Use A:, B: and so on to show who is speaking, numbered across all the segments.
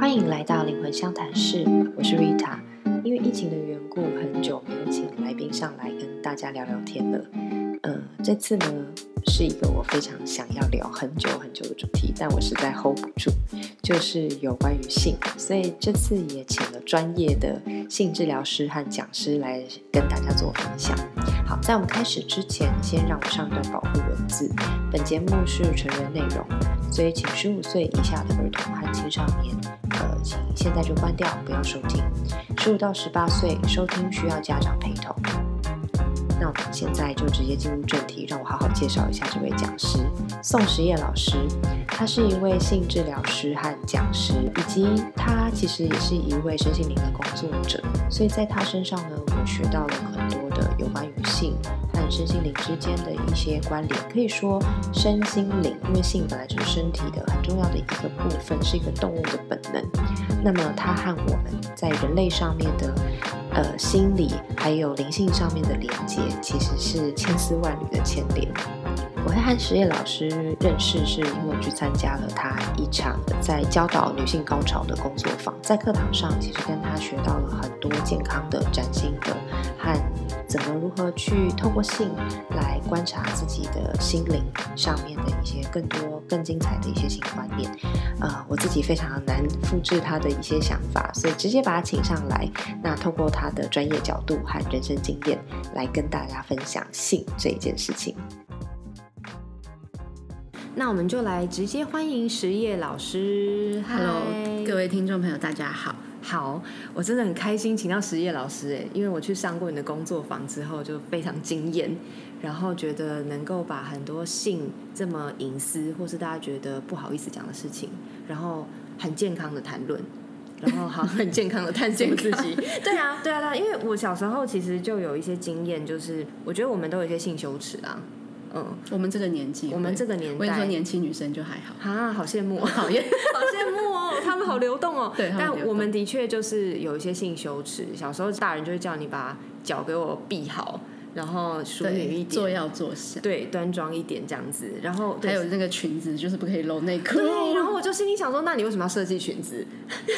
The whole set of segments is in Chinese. A: 欢迎来到灵魂相谈室，我是 Rita。因为疫情的缘故，很久没有请来宾上来跟大家聊聊天了。呃，这次呢是一个我非常想要聊很久很久的主题，但我实在 hold 不住，就是有关于性。所以这次也请了专业的性治疗师和讲师来跟大家做分享。好，在我们开始之前，先让我上一段保护文字。本节目是成人内容，所以请十五岁以下的儿童和青少年，呃，请现在就关掉，不要收听。十五到十八岁收听需要家长陪同。那我们现在就直接进入正题，让我好好介绍一下这位讲师宋实业老师。他是一位性治疗师和讲师，以及他其实也是一位身心灵的工作者。所以在他身上呢，我学到了很多的有关于性和身心灵之间的一些关联。可以说，身心灵，因为性本来就是身体的很重要的一个部分，是一个动物的本能。那么，它和我们在人类上面的呃心理还有灵性上面的连接，其实是千丝万缕的牵连。我会和实业老师认识，是因为我去参加了他一场在教导女性高潮的工作坊，在课堂上其实跟他学到了很多健康的、崭新的和怎么如何去透过性来观察自己的心灵上面的一些更多、更精彩的一些新观念。呃，我自己非常难复制他的一些想法，所以直接把他请上来，那透过他的专业角度和人生经验来跟大家分享性这一件事情。那我们就来直接欢迎实业老师。
B: Hello，
A: 嗨
B: 各位听众朋友，大家好。
A: 好，我真的很开心请到实业老师哎，因为我去上过你的工作坊之后就非常惊艳，然后觉得能够把很多性这么隐私或是大家觉得不好意思讲的事情，然后很健康的谈论。然后好，很健康的探索自己。对啊，对啊，对啊，因为我小时候其实就有一些经验，就是我觉得我们都有一些性羞耻啊，嗯，
B: 我们这个年纪，
A: 我们这
B: 个
A: 个年
B: 我跟你说，
A: 代
B: 年轻女生就还好，
A: 啊，好羡慕哦，
B: 讨厌。
A: 好羡慕哦，他们好流动哦。
B: 对他们流
A: 但
B: 动
A: 我们的确就是有一些性羞耻，小时候大人就会叫你把脚给我闭好，然后淑女一
B: 对，坐
A: 点，
B: 要坐下，
A: 对，端庄一点这样子，然后
B: 还有那个裙子就是不可以露内裤，
A: 对，然后我就心里想说，那你为什么要设计裙子？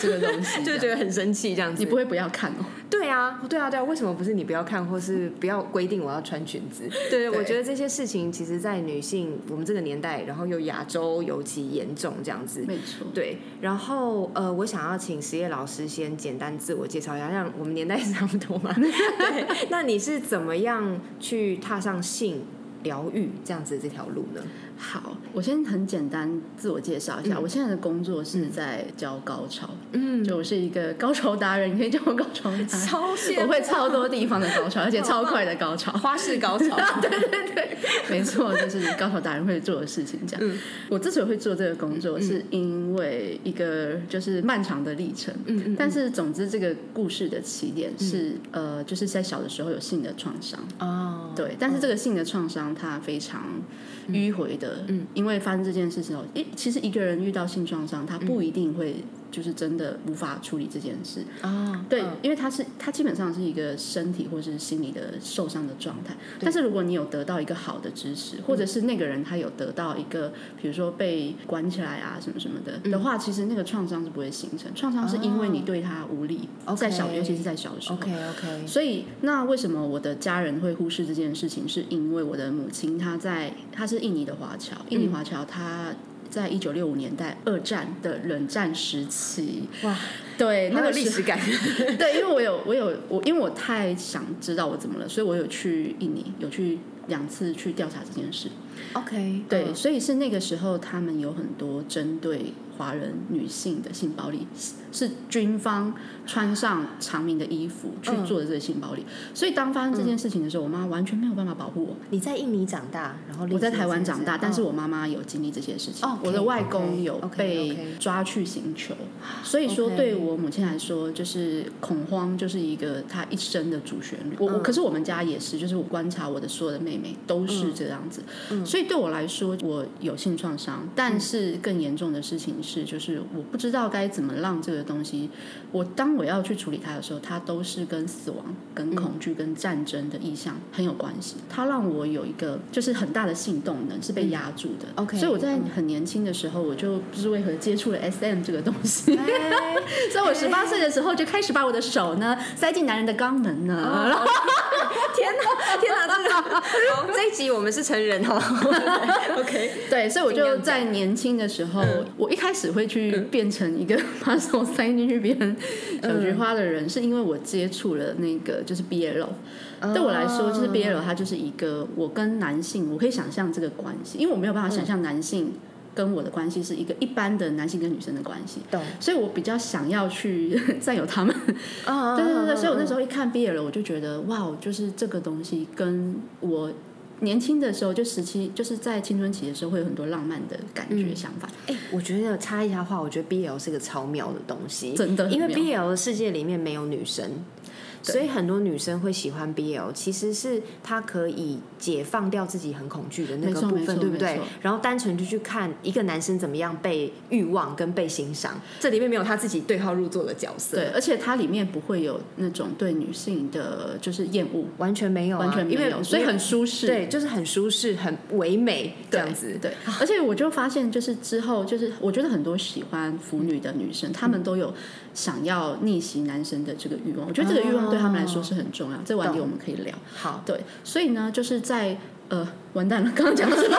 B: 这个东西 啊
A: 就觉得很生气这样子。
B: 你不会不要看哦。
A: 对啊，对啊，对啊，为什么不是你不要看，或是不要规定我要穿裙子？对，
B: 对
A: 我觉得这些事情其实，在女性我们这个年代，然后又亚洲尤其严重这样子。
B: 没错，
A: 对，然后呃，我想要请实业老师先简单自我介绍一下，让我们年代是差不多 嘛。对，那你是怎么样去踏上性疗愈这样子这条路呢？
B: 好，我先很简单自我介绍一下，我现在的工作是在教高潮，
A: 嗯，
B: 就我是一个高潮达人，你可以叫我高潮达 人。
A: 超
B: 我
A: 羡
B: 会超多地方的高潮，而且
A: 好
B: 超
A: 棒
B: 快的高潮。
A: 花式高 潮，对对对，
B: 没错，就是高潮达人会做的事情。这样，
A: 嗯
B: 我之所以会做这个工作，是因为一个就是漫长的历程。
A: 嗯嗯
B: 但是，总之，这个故事的起点是、呃，就是在小的时候有性的创伤。
A: 哦，
B: 对，但是这个性的创伤它非常迂回的，
A: 嗯
B: 因为发生这件事情后，哦诶，其实一个人遇到性创伤，他
A: 嗯
B: 不一定会就是真的无法处理这件事，
A: 哦，
B: 对，
A: 嗯
B: 因为它是它基本上是一个身体或是心理的受伤的状态，但是如果你有得到一个好的支持，或
A: 嗯
B: 者是那个人他有得到一个，比如说被关起来啊什么什么
A: 嗯
B: 的、的话，其实那个创伤是不会形成，创伤是因为你对他无力，
A: 哦 OK
B: 在小尤其是在小的时候。
A: OK OK，
B: 所以，那为什么我的家人会忽视这件事情？是因为我的母亲她在，她是印尼的华
A: 嗯
B: 侨，印尼华侨她在一九六五年代二战的冷战时期，
A: 哇，
B: 对那
A: 那个
B: 个
A: 历
B: 时
A: 史感，
B: 对，因为我有我有我，因为我太想知道我怎么了，所以我有去印尼，有去两次去调查这件事。
A: OK，
B: 对，
A: 嗯
B: 所以是那个时候他们有很多针对华人女性的性暴力，是是军方穿上长明的衣服去做的这个性暴力。所以当发生这件事情的时候，我妈完全没有办法保护我。
A: 你在印尼长大，然后
B: 我在台湾长大，但是
A: 我
B: 我妈妈有经历这些事情。
A: 嗯哦，OK，
B: 我的外公
A: OK，
B: 有
A: OK，
B: 被
A: OK
B: 抓去刑求，所以说
A: OK
B: 对我母亲来说，就是恐慌就是一个她一生的主旋律。我我
A: 嗯
B: 可是我们家也是，就是我观察我的所有的妹妹都是这样子，
A: 嗯
B: 所以对我来说，我有性创伤，但是更严重的事情是，就是我不知道该怎么让这个东西，我当我要去处理它的时候，它都是跟死亡、跟恐惧、跟战争的意向很有关系。它让我有一个就是很大的性动能是被压住的。
C: OK，
B: 所以我在很年轻的时候，我就不知为何接触了 SM 这个东西。
C: 哎
B: 所以我十八岁的时候就开始把我的手呢塞进男人的肛门呢，然后
A: 天哪，天哪，这个 好，这一集我们是成人哦。OK，
B: 对，所以我就在年轻的时候，我一开始会去变成一个 把手塞进去别人小菊花的人，是因为我接触了那个就是 BL。对我来说，就是 BL 它就是一个我跟男性，我可以想象这个关系，因为我没有办法想象男性跟我的关系是一个一般的男性跟女生的关系，
C: 懂
B: 所以我比较想要去 占有他们。
C: 啊
B: 对对对对，所以我那时候一看 BL，我就觉得哇，就是这个东西跟我。年轻的时候，就时期，就是在青春期的时候，会有很多浪漫的感觉、想法。
C: 哎、我觉得插一下话，我觉得 BL 是个超妙的东西，
B: 真的很
C: 因为
B: 妙
C: BL 的世界里面没有女生。所以很多女生会喜欢 BL，其实是她可以解放掉自己很恐惧的那
B: 没
C: 个
B: 错
C: 部
B: 没
C: 分，
B: 错
C: 对不
B: 没
C: 对
B: 错？
C: 然后单纯就去看一个男生怎么样被欲望跟被欣赏，这里面没有他自己对号入座的角色，
B: 对，而且它里面不会有那种对女性的，就是厌恶，
C: 完全没有啊、
B: 完全没
C: 因为
B: 有，所以很舒适。
C: 对，就是很舒适、很唯美这
B: 对
C: 样子。
B: 对，而且我就发现，就是之后，就是我觉得很多喜欢腐女的女生，她们
C: 嗯
B: 都有想要逆袭男生的这个欲望。我觉得这个
C: 哦
B: 欲望对她们来说是很重要。这晚点我们可以聊。
C: 好，
B: 对，所以呢，就是在呃，完蛋了，刚刚讲什 么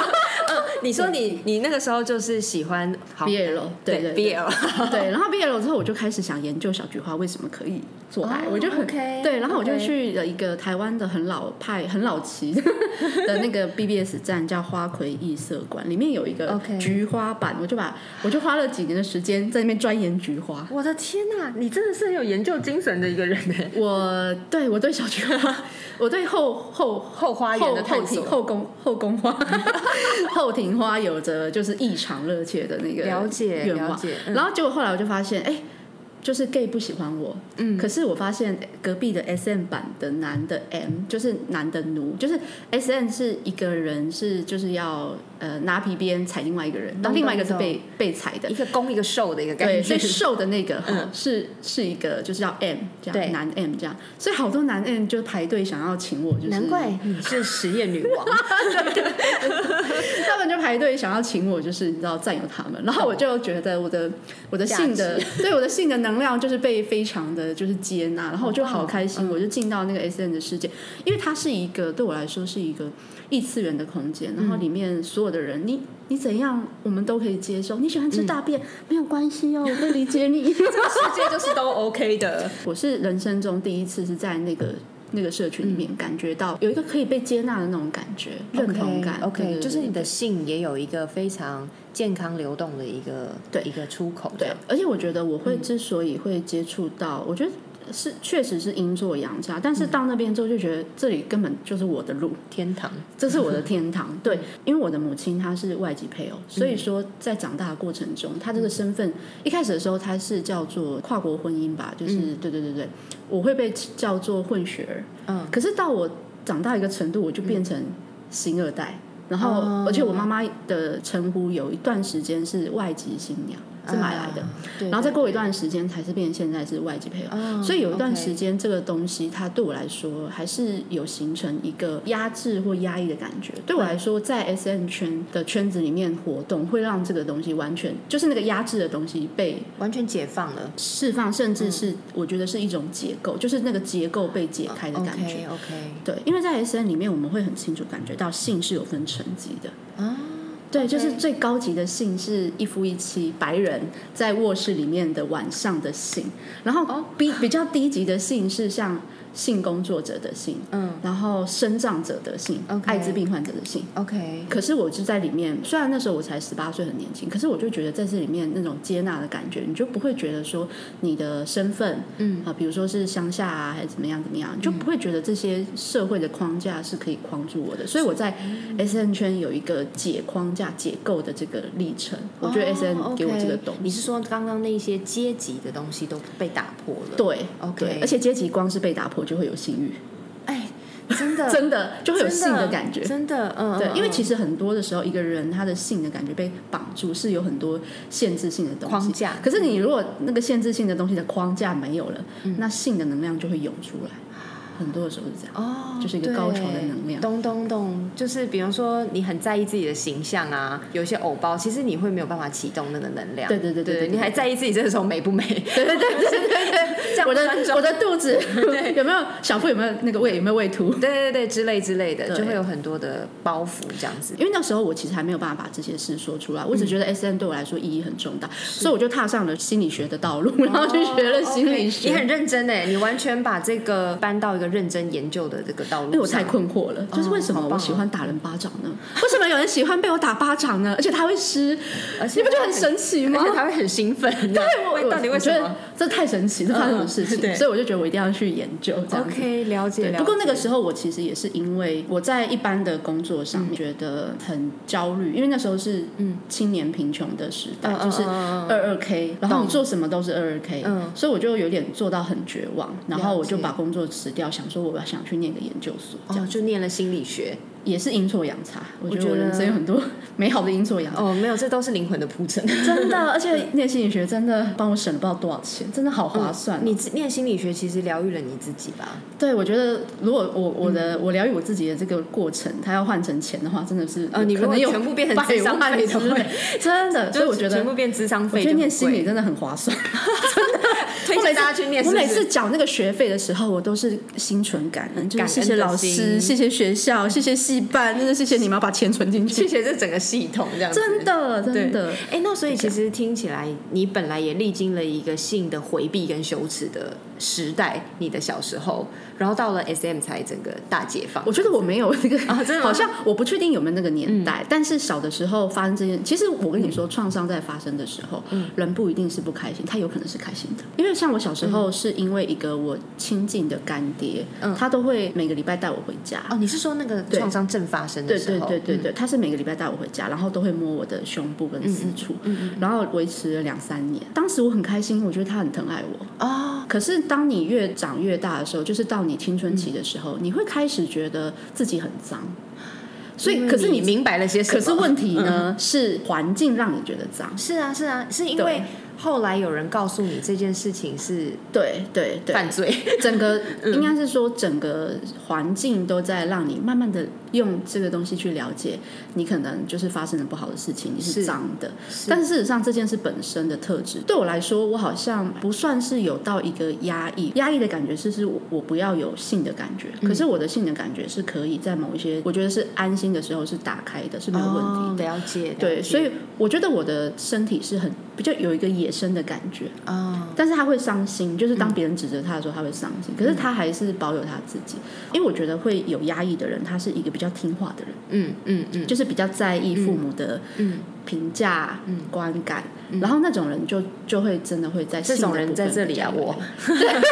C: 你说你你那个时候就是喜欢好
B: ？BL，对对对
C: BL，
B: 对，然后毕业了之后，我就开始想研究小菊花为什么可以做爱，
C: 哦
B: 我就很
C: OK，
B: 对，然后我就
C: OK
B: 去了一个台湾的很老派、很老旗 的那个 BBS 站，叫花魁异色馆，里面有一个
C: OK
B: 菊花版，我就把我就花了几年的时间在那边钻研菊花。
C: 我的天呐，你真的是很有研究精神的一个人欸呢。
B: 我对我对小菊花， 我对后后
C: 后花园
B: 后
C: 的
B: 后
C: 探索
B: 庭后宫后宫 花 后庭花有着就是异常热切的那个
C: 了解
B: 愿
C: 了
B: 望
C: 解，嗯
B: 然后结果后来我就发现，哎、就是 gay 不喜欢我，嗯，可是我发现隔壁的 SM 版的男的 M 就是男的奴，就是 SM 是一个人是就是要呃拿皮鞭踩另外一个人，然后另外一个是被被踩的
C: 一，个攻一个受的一个
B: 对，
C: 感
B: 所
C: 觉嗯
B: 以。瘦的那个哈、是是一个就是叫 M 这
C: 对
B: 样男 M 这样，所以好多男 M 就排队想要请我，就是
C: 难怪你是实验女 王，
B: 他们就排队想要请我，就是你知道占有他们，然后我就觉得我的我的性的 对我的性的能量就是被非常的就是接纳，然后我就好开
C: 嗯
B: 心，我就进到那个 S N 的世界，因为它是一个对我来说是一个异次元的空间，
C: 嗯
B: 然后里面所有的人，你你怎样我们都可以接受，你喜欢吃大
C: 嗯
B: 便、没有关系哦，我可以理解 你。
C: 这个世界就是都 OK 的。
B: 我是人生中第一次是在那个那个社群里
C: 嗯
B: 面感觉到有一个可以被接纳的那种感觉，认同感。对对
C: 嗯 OK，
B: 对
C: 就是你的性也有一个非常健康流动的一个
B: 对
C: 一个出口。
B: 对，，而且我觉得我
C: 嗯
B: 会之所以会接触到，我觉得。是，确实是阴错阳差，但是到那边之后就觉得这里根本就是我的路，
C: 天堂
B: 这是我的天 堂。对，因为我的母亲她是外籍
C: 嗯
B: 配偶，所以说在长大的过程中，她这个身份一开始的时候，她是叫做跨国婚姻吧，就是、对对对对，我会被叫做混血儿。
C: 嗯，
B: 可是到我长大一个程度，我就变成新二代。然后，
C: 哦
B: 而且我妈妈的称呼有一段时间是外籍新娘，是买来的。
C: 啊 对
B: 然后再
C: 对
B: 过一段时间，才是变成现在是外籍配偶。
C: 哦
B: 所以有一段
C: OK
B: 时间，这个东西它对我来说还是有形成一个压制或压抑的感觉。对我来说，在 S N 圈的圈子里面活动，会让这个东西完全就是那个压制的东西被
C: 完全解放了
B: 释放，甚
C: 嗯
B: 至是我觉得是一种解构，就是那个结构被解
C: 啊
B: 开的感觉。
C: OK OK，
B: 对，因为在 S N 里面，我们会很清楚感觉到性是有分层级的。
C: 啊，
B: 对，就是
C: OK
B: 最高级的性是一夫一妻，白人在卧室里面的晚上的性，然
C: 哦
B: 后比比较低级的性是像性工作者的性，
C: 嗯
B: 然后生障者的性
C: OK
B: 艾滋病患者的性。
C: ，OK，
B: 可是我就在里面，虽然那时候我才十八岁，很年轻，可是我就觉得在这里面那种接纳的感觉，你就不会觉得说你的身份，嗯啊、比如说是乡下啊，还是怎么样怎么
C: 嗯
B: 样，你就不会觉得这些社会的框架是可以框住我的。所以我在
C: 嗯
B: S N 圈有一个解框架、解构的这个历程，我觉得 S N 给我这个东
C: 懂。哦 OK，你
B: 西。
C: 是说刚刚那些阶级的东西都被打破了？
B: 对
C: OK
B: 对，而且阶级光是被打破就会有性欲，
C: 哎， 真的
B: 真的就会有
C: 真
B: 性的感觉。
C: 真的，嗯，
B: 对，因为其
C: 实
B: 实很多的时候，一个人他的性的感觉被绑住，是有很多限制性的东西
C: 框。架嗯
B: 可是你如果那个限制性的东西的框架没有了，那性的能量就会涌出来。很多的时候是这样，
C: 哦
B: 就是一个高潮的能量
C: 对咚咚咚，就是比方说你很在意自己的形象啊，有一些偶包，其实你会没有办法启动那个能量。
B: 对对对对
C: 对
B: 对对
C: 你还在意自己这时候美不美？对
B: 对对对
C: 对对，这样
B: 我的
C: 穿着
B: 我的肚子 有没有小腹有没有那个胃有没有胃凸？
C: 对对对之类之类的，
B: 对
C: 就会有很多的包袱这样子。
B: 因为那时候我其实还没有办法把这些事说出来，
C: 嗯
B: 我只觉得 S N 对我来说意义很重大，所以我就踏上了心理学的道路，然后去学了心理学。
C: 哦哦，OK，你很认真哎，你完全把这个搬到一个认真研究的这个道路上。
B: 因为我太困惑了，就是为什么
C: 好棒
B: 我
C: 哦啊
B: 喜欢打人巴掌呢？为什么有人喜欢被我打巴掌呢？而且他会湿，
C: 而
B: 你
C: 且
B: 不觉得很
C: 他
B: 神奇吗
C: 而？且他会很兴奋。对
B: 我
C: 到底为什
B: 我觉得
C: 么
B: 这太神奇，这发生什么事
C: 嗯
B: 情？
C: 对
B: 所以我就觉得我一定要去研究这样子。
C: ？OK，了解
B: 对，
C: 了解。
B: 不过那个时候我其实也是因为我在一般的工作上
C: 嗯
B: 面觉得很焦虑，因为那时候是嗯青年贫穷的时代，
C: 嗯嗯
B: 就是
C: 嗯嗯
B: 二二 k，然后你做什么都是二二 k，
C: 嗯
B: 所以我就有点做到很绝望，然后我就
C: 了解
B: 把工作辞掉，想说我要想去念个研究所，这样、
C: 哦，就念了心理学。
B: 也是阴错阳差。我觉
C: 我
B: 得
C: 觉
B: 我人
C: 得
B: 生有很 多美好的阴错阳差。
C: 哦，没有，这都是灵魂的铺陈。
B: 真 的，而且念心理学真的帮我省了不知道多少钱，真的好划 算哦、
C: 你自念心理学其实疗愈了你自己吧？
B: 对，我觉得如果我我
C: 嗯
B: 的、我疗愈我自己的这个过程，它要换成钱的话，真的是
C: 呃你
B: 可
C: 如果
B: 能有
C: 全部变成
B: 百
C: 智商
B: 万
C: 费
B: 之
C: 的话
B: 类，真的，所以我觉
C: 全
B: 得
C: 部。变智商
B: 我觉
C: 费就
B: 得
C: 很贵，
B: 念心理真的很划 算，
C: 推
B: 我每次
C: 荐大家去念
B: 我
C: 是不是。
B: 每次缴那个学费的时候，我都是心存感恩，就
C: 感
B: 是
C: 恩
B: 谢谢
C: 的
B: 老
C: 心
B: 师，谢谢学校，谢谢系办，真的谢谢你们要把钱存进
C: 谢
B: 去，
C: 谢这整个系统这样子。
B: 真的
C: 对
B: 真的。
C: 哎、那所以其实听起来，你本来也历经了一个性的回避跟羞耻的时代，你的小时候，然后到了 SM 才整个大解放。
B: 我觉得我没有那个，
C: 啊真的 吗嗯
B: 好像我不确定有没有那个年代，但是小的时候发生这件，其实我跟你说，创伤在发生的时候，
C: 嗯
B: 人不一定是不开心，他有可能是开心的，因为像我小时
C: 嗯
B: 候是因为一个我亲近的干爹，他都会每个礼拜带我回家。
C: 哦，你是说那个创伤正发生的
B: 对
C: 时
B: 对
C: 候？
B: 对对对，他是每个礼拜带我回家，然后都会摸我的胸部跟私处，然后维持了两三年。当时我很开心，我觉得他很疼爱我，
C: 哦，
B: 可是当你越长越大的时候，就是到你青春期的时候，你会开始觉得自己很脏，所以可是
C: 你
B: 你
C: 明白了些什么？
B: 可是嗯问题呢、是环境让你觉得脏。
C: 是啊是啊，是因
B: 对
C: 为后来有人告诉你这件事情是
B: 对对对，
C: 犯罪。
B: 整个应该是说整个环境都在让你慢慢的用这个东西去了解，你可能就是发生了不好的事情，你
C: 是
B: 是脏的。但事实上，这件事本身的特质，对我来说，我好像不算是有到一个压抑。压抑的感觉是，是我我不要有性的感觉，可是我的性的感觉是可以在某一些我觉得是安心的时候是打开的，是没有问题的。
C: 哦了解。
B: 对，所
C: 以
B: 以我觉得我的身体是很比较有一个野生的感觉，
C: 啊、
B: 但是他会伤心，就是当别人指责他的
C: 嗯
B: 时候，他会伤心。可是他还是保有他自己，因为我觉得会有压抑的人，他是一个比较听话的人，
C: 嗯嗯嗯，
B: 就是比较在意父母的
C: 嗯
B: 评价、观感，然后那种人就就会真的会在
C: 这种人在这里啊，
B: 性的部
C: 我
B: 分比较有压抑，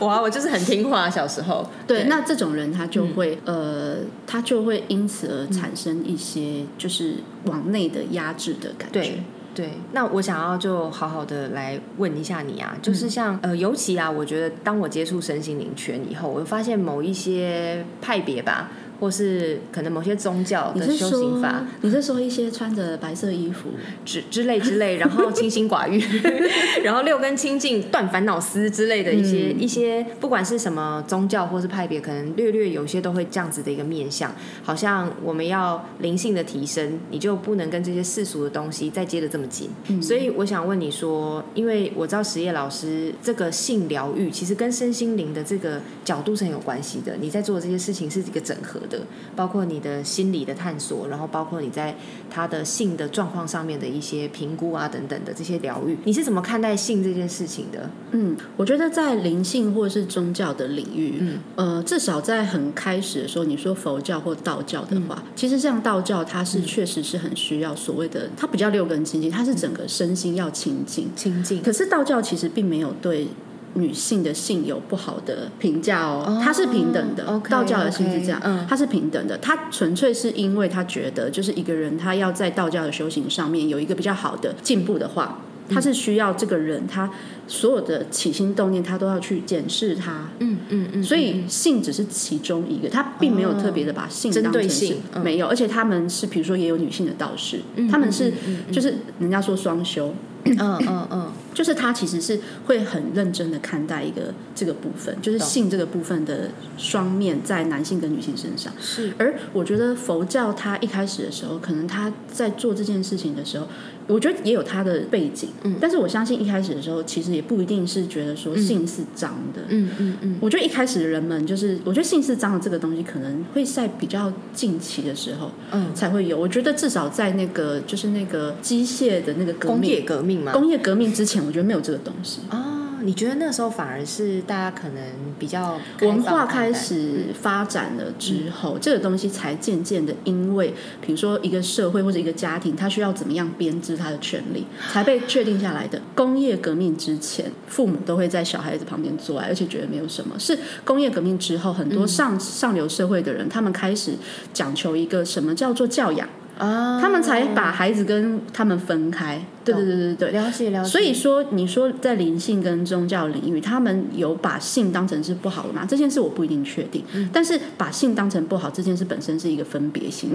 C: 我啊，我就是很听话，小时候。
B: 对，那这种人他就会、
C: 嗯
B: 呃，他就会因此而产生一些就是往内的压制的感觉。
C: 对对，那我想要就好好的来问一下你啊，就是像、呃，尤其啊，我觉得当我接触身心灵圈以后，我发现某一些派别吧，或是可能某些宗教
B: 你
C: 的
B: 是
C: 修
B: 说
C: 行法，嗯
B: 你是说一些穿着白色衣服？
C: 之之类之类，然后清心寡欲， 然后六根清净、断烦恼丝之类的一些、一些，不管是什么宗教或是派别，可能略略有些都会这样子的一个面向，好像我们要灵性的提升，你就不能跟这些世俗的东西再接得这么紧。所以我想问你说，因为我知道实业老师这个性疗愈其实跟身心灵的这个角度是很有关系的，你在做这些事情是一个整合的，包括你的心理的探索，然后包括你在他的性的状况上面的一些评估啊等等的这些疗愈，你是怎么看待性这件事情的？
B: 嗯，我觉得在灵性或是宗教的领域，嗯，呃，至少在很开始的时候，你说佛教或道教的话，
C: 嗯
B: 其实像道教，它是确实是很需要所谓的，它比较六根清净，它是整个身心要清净。
C: 清净
B: 可是道教其实并没有对女性的性有不好的评价哦，它是平等的。
C: OK，
B: 道教的性是这样
C: OK，嗯
B: 它是平等的。它纯粹是因为他觉得，就是一个人他要在道教的修行上面有一个比较好的进步的话。
C: 嗯
B: 他是需要这个人他所有的起心动念，他都要去检视他。
C: 嗯嗯嗯，
B: 所以性只是其中一个，他并没有特别的把性
C: 针
B: 当
C: 对
B: 成是
C: 性嗯
B: 没有，而且他们是比如说也有女性的道士，他们是就是人家说双修，
C: 嗯嗯嗯，
B: 就是他其实是会很认真的看待一个这个部分，就是
C: 懂
B: 性这个部分的双面在男性跟女性身上。
C: 是
B: 而我觉得佛教它一开始的时候，可能他在做这件事情的时候，我觉得也有他的背景，嗯，但是我相信一开始的时候，其实也不一定是觉得说性是脏的，
C: 嗯嗯嗯，
B: 我觉得一开始人们就是，我觉得性是脏的这个东西，可能会在比较近期的时候，
C: 嗯
B: 才会有。我觉得至少在那个就是那个机械的那个革
C: 工业
B: 命、
C: 革命嘛。
B: 工业革命之前，我觉得没有这个东西。
C: 哦，你觉得那时候反而是大家可能比较开
B: 文
C: 放
B: 化
C: 看
B: 开
C: 待
B: 始发展了之后，这个东西才渐渐的，因为比如说一个社会或者一个家庭，它需要怎么样编织它的权利，才被确定下来的。工业革命之前，父母都会在小孩子旁边做爱，而且觉得没有什么。是工业革命之后，很多上、上流社会的人，他们开始讲求一个什么叫做教养，
C: 啊，
B: 他们才把孩子跟他们分开。对对对对对。
C: 了解了解，
B: 所以说，你说在灵性跟宗教领域，他们有把性当成是不好的吗？这件事我不一定确定，但是把性当成不好这件事本身是一个分别性，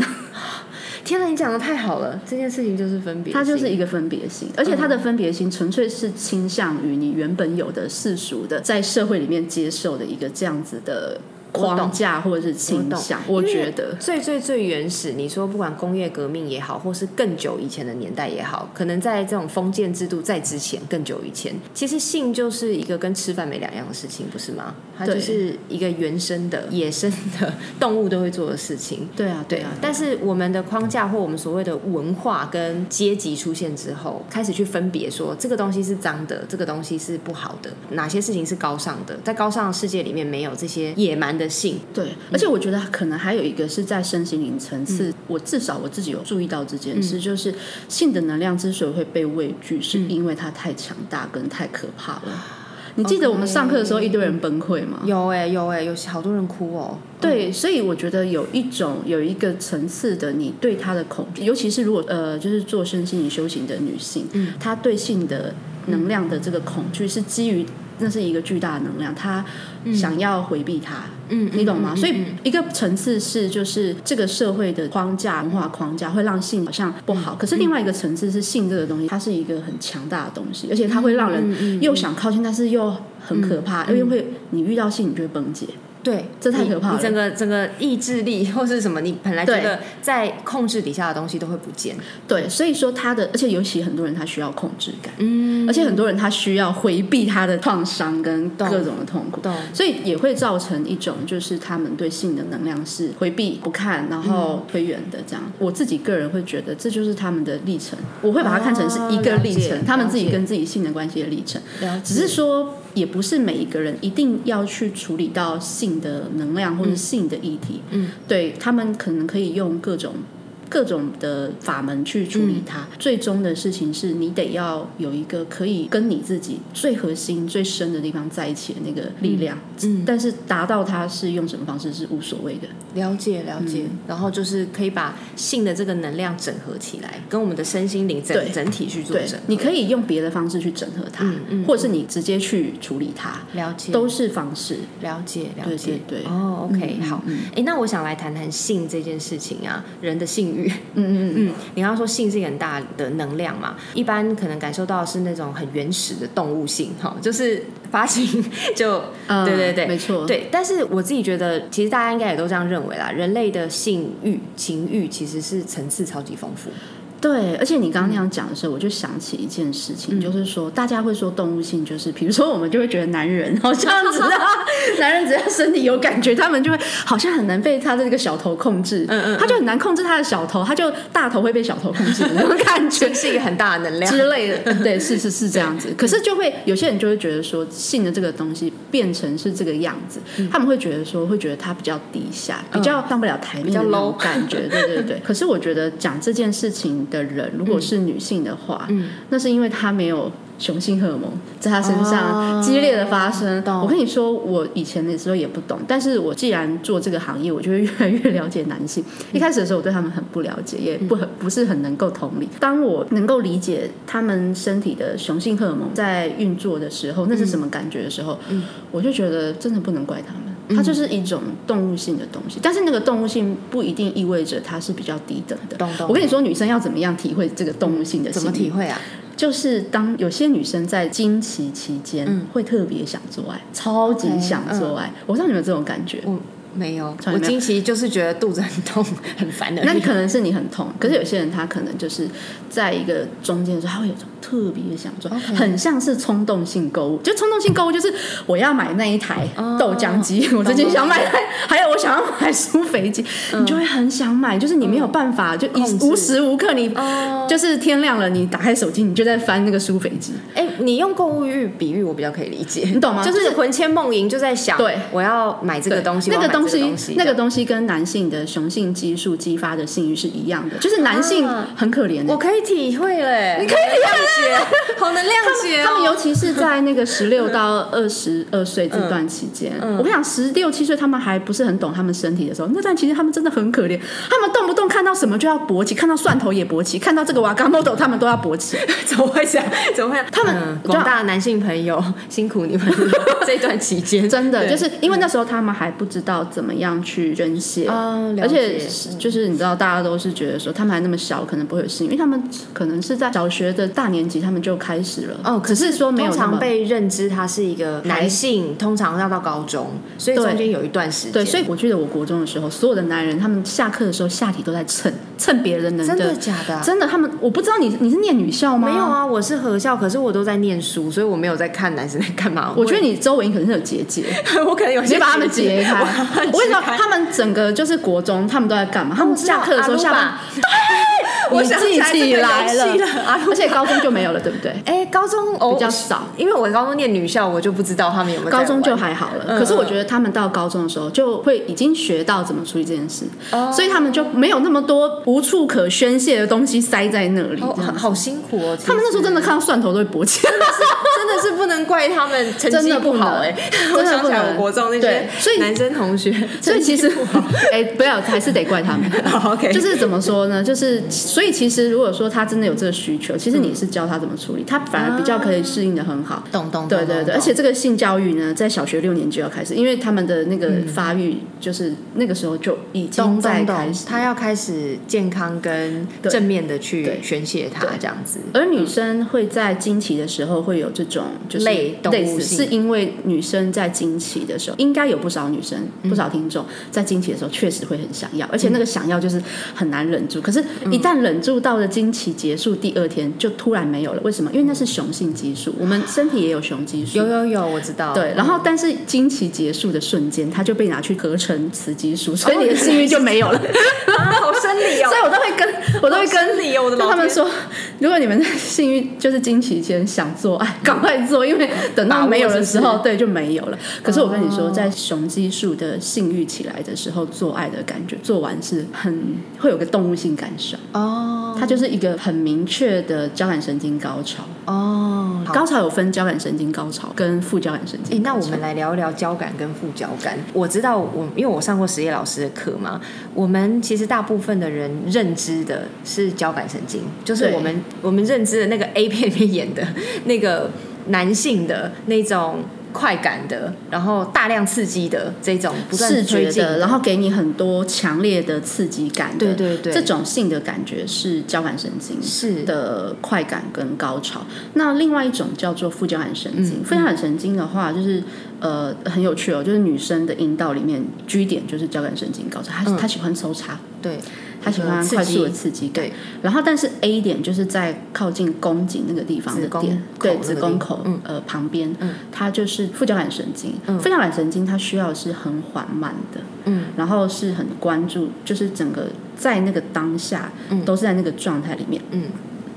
C: 天哪，你讲的太好了，这件事情就是分别性，
B: 它就是一个分别性，而且它的分别性纯粹是倾向于你原本有的世俗的在社会里面接受的一个这样子的框架或者是倾向，我
C: 因为
B: 觉得。
C: 最最最原始，你说不管工业革命也好，或是更久以前的年代也好，可能在这种封建制度在之前更久以前，其实性就是一个跟吃饭没两样的事情，不是吗？它
B: 对
C: 就是一个原生的、野生的 动物都会做的事情。
B: 对啊，对
C: 对
B: 啊，，
C: 但是我们的框架或我们所谓的文化跟阶级出现之后，开始去分别说这个东西是脏的，这个东西是不好的，哪些事情是高尚的，在高尚的世界里面没有这些野蛮的性。
B: 对，而且我觉得可能还有一个是在身心灵层次，我至少我自己有注意到这件事，就是性的能量之所以会被畏惧，是因为它太强大跟太可怕了。你记得我们上课的时候一堆人崩溃吗？
C: 有哎、有哎、有好多人哭哦。
B: 对，所以我觉得有一种有一个层次的你对它的恐惧，尤其是如果呃就是做身心灵修行的女性，嗯，她对性的能量的这个恐惧是基于那是一个巨大的能量，她想要回避它，嗯，你懂吗？所以一个层次是就是这个社会的框架文化框架会让性好像不好，可是另外一个层次是性这个东西，它是一个很强大的东西，而且它会让人又想靠近，但是又很可怕，因为会你遇到性你就会崩解。
C: 对，
B: 这太
C: 你
B: 可怕了
C: 你整个整个意志力或是什么，你本来觉
B: 对
C: 得在控制底下的东西都会不见。
B: 对，所以说他的，而且尤其很多人他需要控制感，嗯，而且很多人他需要回避他的创伤跟各种的痛苦，
C: 懂
B: 所以也会造成一种就是他们对性的能量是回避、不看，然后推远的这样。我自己个人会觉得这就是他们的历程，我会把它看成是一
C: 哦
B: 个
C: 了
B: 历
C: 解
B: 程，他们
C: 了
B: 自己
C: 解
B: 跟自己性的关系的历程。
C: 了解
B: 只是说，也不是每一个人一定要去处理到性的能量或者性的议题。嗯，对他们可能可以用各种各种的法门去处理
C: 嗯
B: 它。最终的事情是你得要有一个可以跟你自己最核心、最深的地方在一起的那个力量。嗯，但是达到它是用什么方式是无所谓的。
C: 了解了解、嗯然后就是可以把性的这个能量整合起来，跟我们的身心灵
B: 对
C: 整整体去做
B: 对
C: 整合，。
B: 你可以用别的方式去整合它，
C: 嗯
B: 或者是你直接去处理它，
C: 了解
B: 都是方式。
C: 了解了
B: 对
C: 解
B: 对对
C: 哦，OK，、
B: 嗯嗯
C: 好。哎、那我想来谈谈性这件事情啊，人的性
B: 嗯
C: 欲。
B: 嗯嗯，
C: 嗯，你刚刚说性是一个很大的能量嘛，一般可能感受到是那种很原始的动物性哈，就是发情 就、
B: 嗯
C: 对对对，
B: 没错
C: 对。但是我自己觉得，其实大家应该也都这样认为啦，人类的性欲、情欲其实是层次超级丰富，
B: 对，而且你刚刚那样讲的时候，我就想起一件事情，就是说大家会说动物性，就是比如说我们就会觉得男人好像只要 男人只要身体有感觉，他们就会好像很难被他的这个小头控制，嗯嗯，他就很难控制他的小头，他就大头会被小头控制的那种 感 觉
C: 性。是一个很大的能量。
B: 之类的， 对，是是是这样子。可是就会有些人就会觉得说，性的这个东西变成是这个样子，
C: 嗯
B: 他们会觉得说，会觉得它比较低下，比较上不了台面的
C: 比较
B: 那种
C: low
B: 感觉。对对对。可是
C: 嗯
B: 我觉得讲这件事情的人，如果是女性的话，嗯，那是因为她没有。雄性荷尔蒙在他身上激烈的发生。
C: 哦懂
B: 我跟你说，我以前的时候也不懂，但是我既然做这个行业，我就会越来越了解男性。
C: 嗯
B: 一开始的时候，我对他们很不了解，也不很不是很能够同理。当我能够理解他们身体的雄性荷尔蒙在运作的时候，那是什么感觉的时候，
C: 嗯
B: 我就觉得真的不能怪他们。它就是一种动物性的东西，但是那个动物性不一定意味着它是比较低等的。
C: 懂懂
B: 我跟你说，女生要怎么样体会这个动物性的
C: 怎
B: 心
C: 么
B: 理？
C: 体会啊？
B: 就是当有些女生在经期期间、会特别想做爱，超级
C: 嗯 OK，嗯
B: 想做爱。我不知道你们有没有这种感觉。
C: 我没有，
B: 从
C: 我
B: 来没有
C: 经期就是觉得肚子很痛， 很烦的。
B: 那你可能是你很痛，可是有些人他可能就是在一个中间的时候，他会有种特别想做
C: OK
B: 很像是冲动性购物。就冲动性购物就是我要买那一台
C: 哦
B: 豆浆机，我最近想买那，还有我想要买酥肥机，你就会很想买，就是你没有办法，就
C: 嗯控
B: 一
C: 制
B: 无时无刻你
C: 哦，
B: 就是天亮了，你打开手机你就在翻那个酥肥机。
C: 哎、你用购物欲比喻，我比较可以理解，
B: 你懂吗
C: 就是
B: 就是
C: 魂牵梦萦，就在想，
B: 对
C: 我要买这个
B: 对
C: 东西，
B: 那
C: 我
B: 个
C: 要买
B: 东
C: 这个
B: 西
C: 东西，，
B: 那个东西跟男性的雄性激素激发的性欲是一样的，就是男性
C: 啊
B: 很可怜欸的。
C: 我可以体会了，你可以谅解，好能谅解、哦
B: 他们尤其是在 那个十六到二十二岁这段期间，
C: 嗯
B: 我跟你讲，十六七岁他们还不是很懂他们身体的时候，那段期间他们真的很可怜，他们动不动看到什么就要勃起，看到蒜头也勃起，看到这个瓦嘎 model 他们都要勃起。
C: 怎么会这样？怎么会这样？他们
B: 我知道
C: 广大的男性朋友辛苦你 们了这段期间，
B: 真的，就
C: 对
B: 是因为那时候他们还不知道怎么样去捐血，
C: 哦了
B: 而且
C: 解
B: 是就是你知道，大家都是觉得说他们还那么小，可能不会有性，因为他们可能是在小学的大年级，他们就开始了。
C: 哦，可
B: 只
C: 是
B: 是说没有
C: 通
B: 那
C: 常
B: 么
C: 被认知他是一个男性，通常要到高中，所以
B: 对
C: 中间有一段时间，
B: 对，所以我记得我国中的时候，所有的男人他们下课的时候下体都在蹭蹭别人的
C: 真的
B: 的，
C: 假的啊、
B: 真的，他们我不知道你你是念女校吗？
C: 没有。啊，我是合校，可是我都在念书，所以我没有在看男生在干 嘛。
B: 我觉得你周围你可能是有结节，
C: 得我可能有
B: 你
C: 些
B: 把他们截开。
C: 我把他们
B: 我跟你
C: 截
B: 说，
C: 开
B: 他们整个就是国中，他们都在干嘛？他们
C: 我知道啊
B: 下课的时候
C: 阿鲁
B: 下
C: 巴
B: 班，对，
C: 我
B: 你
C: 想起
B: 记
C: 来这个
B: 起
C: 游
B: 来啊
C: 戏了阿鲁
B: 而且高中就没有了，对不对？
C: 哎，高中
B: 比较
C: 哦
B: 少
C: 因 为我高中念女校，我就不知道他们有没有在
B: 高中就
C: 玩
B: 还好了，
C: 嗯
B: 可是我觉得他们到高中的时候就会已经学到怎么处理这件事，
C: 哦
B: 所以他们就没有那么多无处可宣泄的东西塞在那里。
C: 哦
B: 这样
C: 好好辛苦哦。
B: 他们那时候真的看到蒜头都会勃起，
C: 真的是不能怪他们成
B: 真
C: 绩
B: 的不
C: 好哎、
B: 能
C: 我
B: 真的
C: 想
B: 不
C: 起来
B: 能
C: 我国中那些
B: 对所以
C: 男生同学，
B: 所以其实
C: 成绩不好
B: 哎，不要，还是得怪他们。
C: 好 哦 OK
B: 就是怎么说呢？就是所以其实如果说他真的有这个需求，其实
C: 嗯
B: 你是教他怎么处理，他反而比
C: 啊
B: 较可以适应的很好。
C: 懂懂
B: 对对对，而且这个性教育呢，在小学六年级要开始，因为他们的那
C: 嗯
B: 个发育，就是那个时候就已经
C: 懂
B: 在
C: 懂
B: 开
C: 懂
B: 始，。
C: 他要开始健康跟
B: 对
C: 正面的去
B: 对
C: 宣泄他
B: 对
C: 这样子。
B: 而女生会在经期的时候会有这种就是
C: 类动物
B: 类似，
C: 性
B: 是因为女生在经期的时候，应该有不少女生、
C: 嗯
B: 不少听众在经期的时候确实会很想要，而且那个想要就是很难忍住。可是，
C: 嗯
B: 一旦忍住到了经期结束第二天，就突然没有了。为什么？因为那是雄性激素，我们身体也有雄激素。
C: 有有有，我知道。
B: 对，然后但是经期结束的瞬间，它就被拿去合成雌激
C: 哦
B: 素，所以你的性欲就没有了。
C: 啊，好生理
B: 所以我都会 跟我都会跟
C: 理哦，我的
B: 就他们说，如果你们在性欲就是经期间想做 爱，赶快做，因为等
C: 把
B: 到
C: 握
B: 没有的
C: 是
B: 时
C: 不是哦
B: 候，对就没有了。可是我跟你说，在雄激素的性欲起来的时候，做爱的感觉，做完是很会有个动物性感受，
C: 哦
B: 它就是一个很明确的交感神经高潮。
C: 哦，好
B: 高潮有分交感神经高潮跟副交感神
C: 哎、
B: 经高
C: 那
B: 潮。
C: 我们来聊一聊交感跟副交感。我知道我，因为我上过实业老师的课嘛，我们其实大部分的人认知的是交感神经，就是
B: 对
C: 我们我们认知的那个 A 片里面演的 那个男性的那种快感的，然后大量刺激的这种不断
B: 视
C: 推
B: 觉
C: 进
B: 的，然后给你很多强烈的刺激感的，
C: 对对对
B: 这种性的感觉是交感神经
C: 是
B: 的快感跟高潮。那另外一种叫做副交感神经，
C: 嗯
B: 副交感神经的话就是呃很有趣哦，就是女生的阴道里面 G 点就是交感神经高潮，她、
C: 嗯
B: 她喜欢抽插，
C: 对，
B: 她喜欢
C: 刺
B: 快
C: 激
B: 速的刺激感
C: 对。
B: 然后但是 A 点就是在靠近宫颈那个地方
C: 子
B: 的
C: 宫
B: 点
C: 口，那
B: 对
C: 个
B: 子
C: 地
B: 宫口
C: 嗯
B: 呃旁边，它就是副交感神经。副交感神经它需要是很缓慢的。
C: 嗯，
B: 然后是很关注，就是整个在那个当下，都是在那个状态里面，
C: 嗯，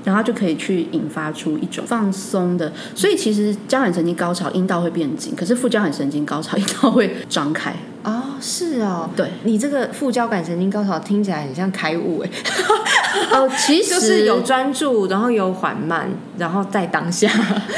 B: 然后就可以去引发出一种放松的。所以其实交感神经高潮，阴道会变紧，可是副交感神经高潮，阴道会张开。
C: 哦，是哦，
B: 对
C: 你这个副交感神经高潮听起来很像开悟哎，
B: 哦，其实
C: 就是有专注，然后有缓慢，然后在当下。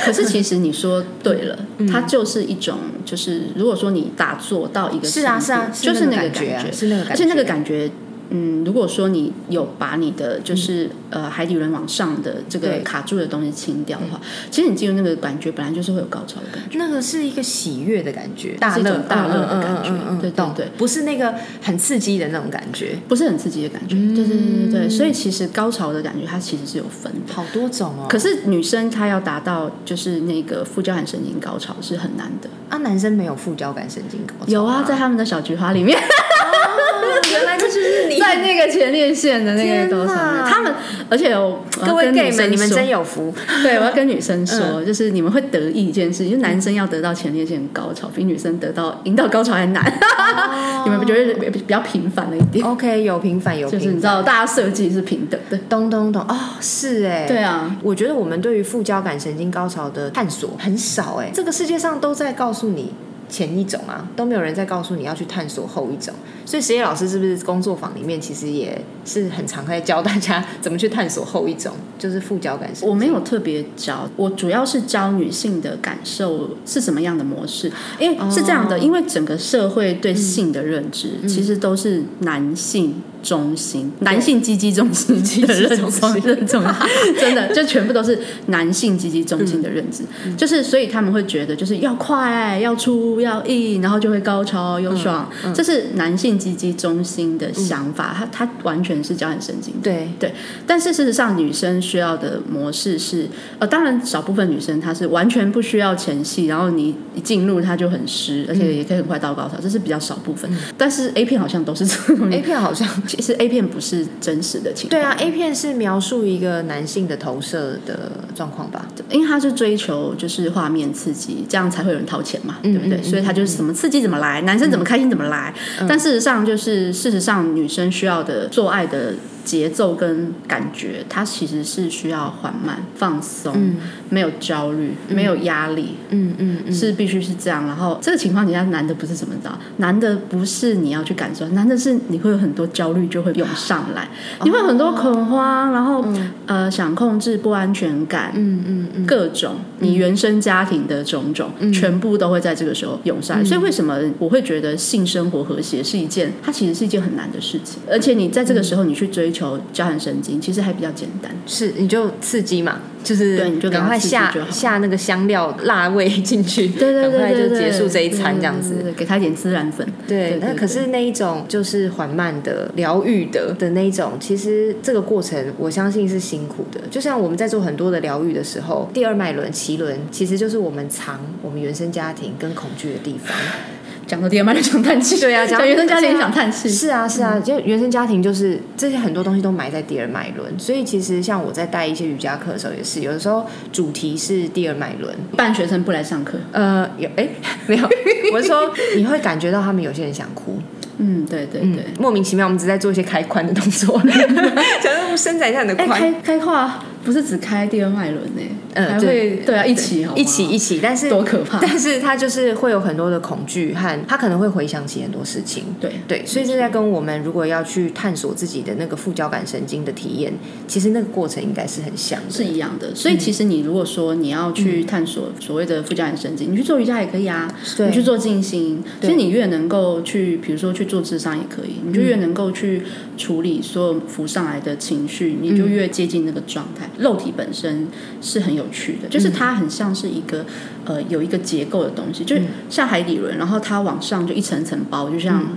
B: 可是其实你说对 了，它就是一种，就是如果说你打坐到一个
C: 是
B: 程
C: 啊
B: 度
C: 是啊，
B: 就是
C: 那
B: 个
C: 感啊
B: 觉，
C: 是那个感觉，
B: 而且那个感觉，嗯，如果说你有把你的就是、呃海底轮往上的这个
C: 对
B: 卡住的东西清掉的话，其实你进入那个感觉本来就是会有高潮的感觉。
C: 那个是一个喜悦的感觉，大
B: 是一种
C: 乐
B: 大乐的感觉
C: 嗯嗯嗯嗯嗯
B: 对对
C: 懂
B: 对
C: 不是那个很刺激的那种感觉，
B: 不是很刺激的感觉，嗯对对对对对，所以其实高潮的感觉它其实是有分的，
C: 好多种哦。
B: 可是女生她要达到就是那个副交感神经高潮是很难的。
C: 啊，男生没有副交感神经高潮
B: 有啊，
C: 吗
B: 在他们的小菊花里面，
C: 原来这就是你
B: 在那个前列腺的那个高潮里
C: 天
B: 面，
C: 哪
B: 他们而且有
C: 各位 gay 们，你们真
B: 有。
C: 有嗯福。
B: 对，我要跟女生说，就是你们会得意一件事，就是男生要得到前列腺高潮，比女生得到引导高潮还难。
C: 哦
B: 你们不觉得比较频繁了一点？
C: OK，有平凡有
B: 就是你
C: 哦平
B: 知
C: 凡，
B: 道，大家设计是平等的。
C: 咚咚咚哦，是哎，
B: 对。啊，
C: 我觉得我们对于副交感神经高潮的探索很少哎、这个世界上都在告诉你前一种啊，都没有人在告诉你要去探索后一种。所以实业老师是不是工作坊里面其实也是很常在教大家怎么去探索后一种，就是副交感神经？
B: 我没有特别教，我主要是教女性的感受是什么样的模式，因为是这样
C: 哦
B: 的，因为整个社会
C: 嗯
B: 对性的认知其实都是男性中心、男性积极中心的认
C: 中
B: 知，
C: 心
B: 认 中心真的就全部都是男性积极中心
C: 嗯
B: 的认知，就是所以他们会觉得就是要快、要粗、要硬，然后就会高潮
C: 嗯
B: 又爽，这是男性积极中心的想法，它它完全是交感神经的。
C: 对
B: 但是事实上，女生需要的模式是，呃，当然少部分女生她是完全不需要前戏，然后你一进入她就很湿，
C: 嗯
B: 而且也可以很快到高潮，这是比较少部分。但是 A 片好像都是这种，
C: A 片好像
B: 其实 A 片不是真实的情况，
C: 对啊，A 片是描述一个男性的投射的状况吧？
B: 因为他是追求就是画面刺激，这样才会有人掏钱嘛，对不对？
C: 嗯嗯嗯
B: 所以他就是怎么刺激怎么来，男生怎么开心怎么来。但事实上，就是事实上，女生需要的做爱的节奏跟感觉，它其实是需要缓慢、放松，没有焦虑，没有压力，
C: 嗯嗯嗯，
B: 是必须是这样。然后这个情况底下，男的不是怎么着，男的不是你要去感受，男的是你会有很多焦虑就会涌上来，
C: 哦
B: 你会有很多恐慌，然后、
C: 嗯
B: 呃想控制不安全感，嗯嗯嗯，各种你原生家庭的种种，
C: 嗯
B: 全部都会在这个时候涌上来。所以为什么我会觉得性生活和谐是一件，它其实是一件很难的事情，而且你在这个时候你去追求交感神
C: 嗯
B: 经，其实还比较简单。
C: 是你就刺激嘛，就是
B: 对你就给他
C: 赶快
B: 刺激
C: 下
B: 就好
C: 下那个香料辣味进去，
B: 对对对
C: 赶快
B: 对
C: 就
B: 对，
C: 结束这一餐
B: 对
C: 这样子。
B: 对对对给他一点孜然粉。
C: 对
B: 对，
C: 那
B: 对
C: 可是那一种就是缓慢的、疗愈的的那一种，其实这个过程我相信是辛苦的。就像我们在做很多的疗愈的时候，第二脉轮、脐轮其实就是我们藏我们原生家庭跟恐惧的地方。
B: 讲到第二脉就想叹气，
C: 对啊
B: 讲
C: 讲到
B: 原生家庭想叹气，
C: 是啊，是啊，就原生家庭就是这些很多东西都埋在第二脉轮，所以其实像我在带一些瑜伽课的时候也是，有的时候主题是第二脉轮，
B: 办学生不来上课。
C: 呃，有哎、 没有，我是说你会感觉到他们有些人想哭，
B: 嗯，对对对。
C: 嗯莫名其妙，我们只是在做一些开髋的动 作，想要伸展一下你的
B: 哎、
C: 髋。
B: 开开胯不是只开第二脉轮呢、
C: 嗯
B: 还
C: 啊对
B: 会对啊，一起好吗
C: 一起一起，但是
B: 多可怕
C: 但是他就是会有很多的恐惧和他可能会回想起很多事情，
B: 对
C: 对，所以这在跟我们如果要去探索自己的那个副交感神经的体验，其实那个过程应该是很像的。
B: 是一样的。所以其实你如果说你要去
C: 嗯
B: 探索所谓的副交感神经，你去做瑜伽也可以啊，
C: 对
B: 你去做静心，
C: 对嗯
B: 其实你越能够去，比如说去做智商也可以，你就越能够去处理所有浮上来的情绪，你
C: 嗯
B: 就越接近那个状态。肉体本身是很有趣的，
C: 嗯
B: 就是它很像是一个呃有一个结构的东西，就是
C: 嗯
B: 像海底轮，然后它往上就一层层包，就像。
C: 嗯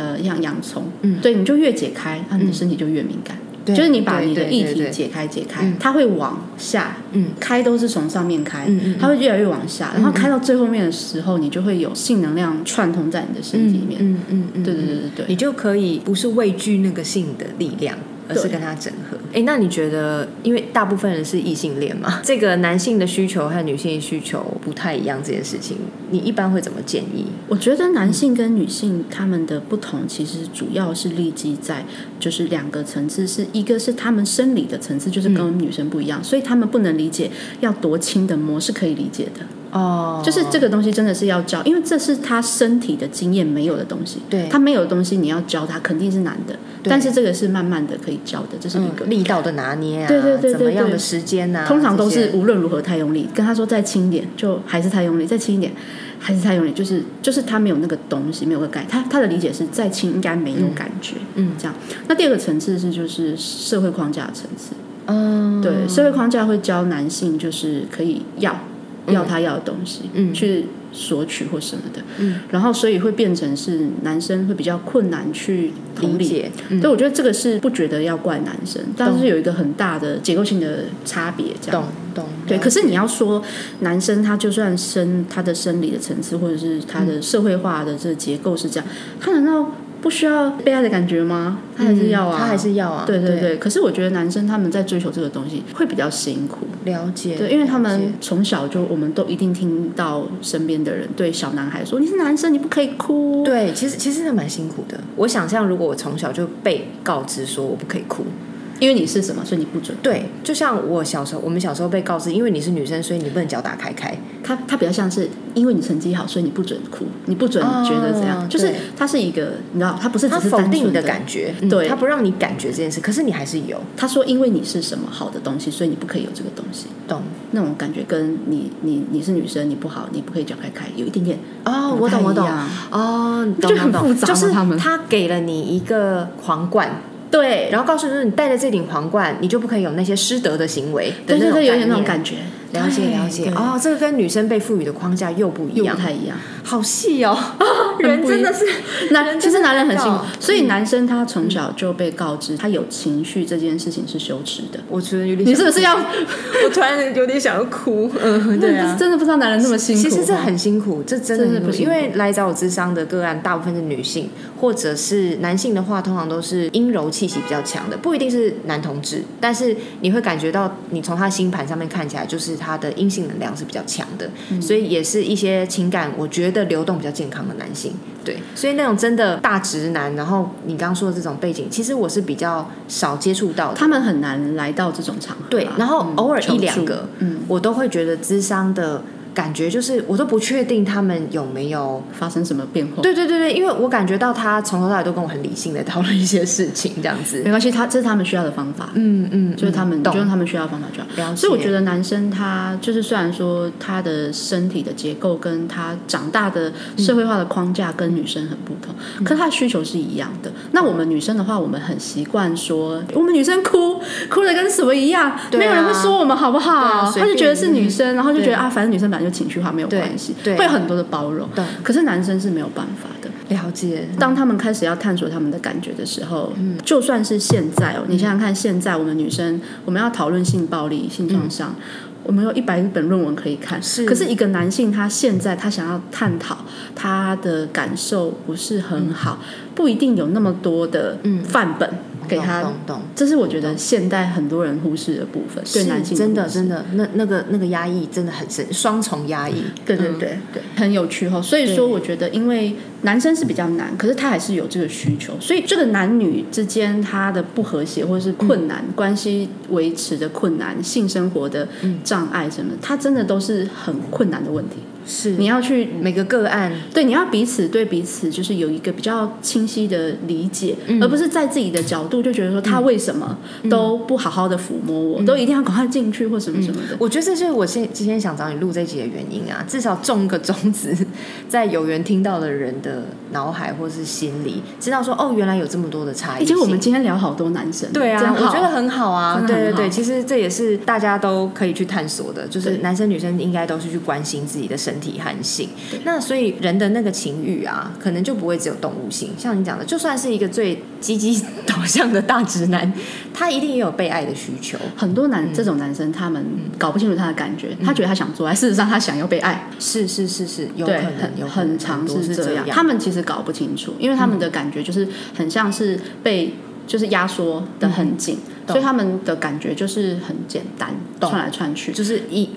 B: 呃，像洋葱，嗯，对，你就越解开，啊，你的身体就越敏感，
C: 对
B: 就是你把
C: 对
B: 你的
C: 对
B: 议
C: 对
B: 题
C: 对嗯
B: 解开解开，它会往下，嗯，开都是从上面开，
C: 嗯
B: 它会越来越往下，然后开到最后面的时候，你就会有性能量串通在你的身体里面，
C: 嗯嗯嗯，
B: 对对对对对。
C: 你就可以不是畏惧那个性的力量，而是
B: 对
C: 跟它整合。哎，那你觉得，因为大部分人是异性恋 嘛，这个男性的需求和女性的需求不太一样，这件事情，你一般会怎么建议？
B: 我觉得男性跟女性他们的不同，其实主要是立基在就是两个层次，是一个是他们生理的层次，就是跟女生不一样，所以他们不能理解要多轻的摸是可以理解的，
C: 哦，
B: 就是这个东西真的是要教，因为这是他身体的经验没有的东西。
C: 对
B: 他没有的东西，你要教他肯定是难的，
C: 对
B: 但是这个是慢慢的可以教的，这是一个。
C: 嗯力道的拿捏啊，
B: 对对对对
C: 怎么样的
B: 对
C: 时间啊，
B: 通常都
C: 这
B: 是
C: 些
B: 无论如何太用力，跟他说再轻一点，就还是太用力，再轻一点，还是太用力，就是就是他没有那个东西，没有个感，他他的理解是再轻应该没有感觉，
C: 嗯
B: 这样。那第二个层次是就是社会框架的层次，
C: 嗯
B: 对，社会框架会教男性就是可以要要他要的东西，
C: 嗯
B: 去索取或什么的，
C: 嗯，
B: 然后所以会变成是男生会比较困难去同
C: 理
B: 理。
C: 解，嗯
B: 对，我觉得这个是不觉得要怪男生，但
C: 懂
B: 是有一个很大的结构性的差别，这样
C: 懂。懂，
B: 对，
C: 了
B: 可是你要说男生他就算生他的生理的层次，或者是他
C: 嗯
B: 的社会化的这个结构是这样，他难道不需要被爱的感觉吗？他还是要啊，
C: 嗯他还是要啊，
B: 对对
C: 对
B: 对。可是我觉得男生他们在追求这个东西会比较辛苦，
C: 了解，
B: 对，因为他
C: 了
B: 们
C: 解
B: 从小就我们都一定听到身边的人对小男孩说：“你是男生，你不可以哭。”
C: 对，其实其实真的蛮辛苦的。我想象，如果我从小就被告知说我不可以哭，
B: 因为你是什么，所以你不准。
C: 对，就像我小时候，我们小时候被告知，因为你是女生，所以你不能脚打开开，
B: 他他比较像是因为你成绩好，所以你不准哭，你不准
C: 哦
B: 觉得怎样，就是
C: 对
B: 他是一个你知道，他不是只
C: 他
B: 是
C: 否
B: 单
C: 定
B: 纯
C: 你的
B: 感。
C: 感觉，
B: 对
C: 嗯他不让你感觉这件事，可是你还是有，
B: 他说因为你是什么好的东西，所以你不可以有这个东西。
C: 懂？
B: 那种感觉跟你你你是女生，你不好，你不可以脚开开，有一点点
C: 哦，
B: 不
C: 我
B: 太
C: 懂，我
B: 一
C: 懂
B: 样，
C: 哦，
B: 就
C: 懂
B: 很
C: 懂
B: 复
C: 懂
B: 杂
C: 就是
B: 嘛他们
C: 他给了你一个皇冠，
B: 对，
C: 然后告诉你说，你戴着这顶皇冠，你就不可以有那些失德的行为
B: 对
C: 的
B: 对对，有点那种
C: 概念
B: 感觉，
C: 了解了解
B: 对
C: 哦，这个跟女生被赋予的框架又不一
B: 又不
C: 样，
B: 太一样。
C: 好细 哦，人
B: 不一
C: 真的是
B: 那其实男人很辛苦
C: 搞，
B: 所以男生他
C: 嗯
B: 从小就被告知他有情绪这件事情是羞耻的。
C: 我突然有点
B: 你是不是要？
C: 我突然有点想要哭，嗯， 对啊。
B: 真的不知道男人那么辛苦。哦
C: 其实这很辛苦，这真的
B: 真的
C: 很
B: 不
C: 苦
B: 辛
C: 因
B: 苦
C: 为来找我智商的个案大部分是女性，或者是男性的话，通常都是阴柔气息比较强的，不一定是男同志，但是你会感觉到，你从他的星盘上面看起来，就是他的阴性能量是比较强的，
B: 嗯
C: 所以也是一些情感，我觉得流动比较健康的男性，对，所以那种真的大直男，然后你刚刚说的这种背景，其实我是比较少接触到的，
B: 他们很难来到这种场合啊。
C: 对，然后
B: 嗯
C: 偶尔
B: 求
C: 一两
B: 助
C: 个，
B: 嗯，
C: 我都会觉得智商的感觉就是，我都不确定他们有没有。
B: 发生什么变化？
C: 对对对对，因为我感觉到他从头到尾都跟我很理性的讨论一些事情，这样子。
B: 没关系，他这是他们需要的方法。
C: 嗯嗯，
B: 就是他们，
C: 懂
B: 就用他们需要的方法就好。
C: 了解。
B: 所以我觉
C: 得
B: 得男生他就是虽然说他的身体的结构跟他长大的社会化的框架跟女生很不同，
C: 嗯
B: 可是他的需求是一样的。那我们女生的话，我们很习惯说，我们女生哭哭的跟什么一样，
C: 对啊
B: 没有人会说我们好不好？
C: 对啊随
B: 他
C: 便
B: 就觉得是女生，然后就觉
C: 对
B: 得啊，反正女生本来就情绪化，没有
C: 对
B: 关系，
C: 对
B: 会有很多的包容
C: 懂。
B: 可是男生是没有办法的。
C: 了解。
B: 当他们开始要探索他们的感觉的时候，
C: 嗯
B: 就算是现在哦，你想想看，现在我们女生，我们要讨论性暴力、性创伤。我们有一百本论文可以看，
C: 嗯是
B: 可是一个男性他现在他想要探讨他的感受不是很好，
C: 嗯
B: 不一定有那么多的范本给他。
C: 懂懂。懂
B: 这是我觉得现代很多人忽视的部分，对
C: 是
B: 男性
C: 真的
B: 忽视
C: 真的，那那个那个压抑真的很深，双重压抑。
B: 对对
C: 嗯
B: 对、对，很有趣哈、哦。所以
C: 对
B: 说，我觉得因为男生是比较难，可是他还是有这个需求，所以这个男女之间他的不和谐或者是困难、关系维持的困难、性生活的障碍什么的，他真的都是很困难的问题。
C: 是
B: 你要去
C: 每个个案
B: 对，你要彼此对彼此就是有一个比较清晰的理解，
C: 嗯
B: 而不是在自己的角度就觉得说他为什么都不好好的抚摸
C: 嗯
B: 我，都一定要赶快进去或什么什么的。
C: 我觉得这就是我现今天想找你录这集的原因啊，至少种个种子在有缘听到的人的脑海或是心里，知道说哦，原来有这么多的差异
B: 而
C: 性。
B: 且我们今天聊好多男生，
C: 对
B: 真
C: 啊，
B: 好
C: 我觉得很好啊，
B: 真的
C: 对
B: 很
C: 对对，
B: 好
C: 其实这也是大家都可以去探索的，就是
B: 对
C: 男生女生应该都是去关心自己的身体和性
B: 对。
C: 那所以人的那个情欲啊，可能就不会只有动物性，像你讲的，就算是一个最积极导向的大直男，他一定也有被爱的需求。
B: 很多男、这种男生，他们
C: 嗯
B: 搞不清楚他的感觉，他觉得他想 做爱，事实上他想要被爱，
C: 是是是是，有可
B: 对，
C: 能
B: 很
C: 有可能
B: 很常
C: 很多是
B: 这
C: 样。
B: 他们其实搞不清楚，因为他们的感觉就是很像是被就是压缩的很紧，
C: 嗯懂
B: 所以他们的感觉就是很简单，
C: 懂
B: 窜来窜去。
C: 就是一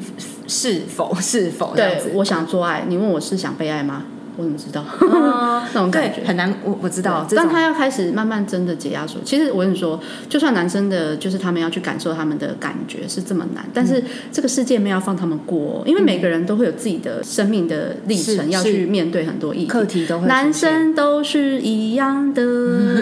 C: 是否是否这样
B: 对
C: 子，，
B: 我想做爱，你问我是想被爱吗？我怎么知道？
C: 哦
B: 那种感
C: 对
B: 觉，
C: 很难，我我知道这
B: 当
C: 种
B: 哦他要开始慢慢真的解压缩，其实我跟你说，就算男生的，就是他们要去感受他们的感觉是这么难，但
C: 嗯
B: 是这个世界没有要放他们过哦，因为每个人都会有自己的生命的历
C: 是
B: 程要
C: 是
B: 去面对很多议题
C: 课。题都会出现
B: 男生都是一样 的，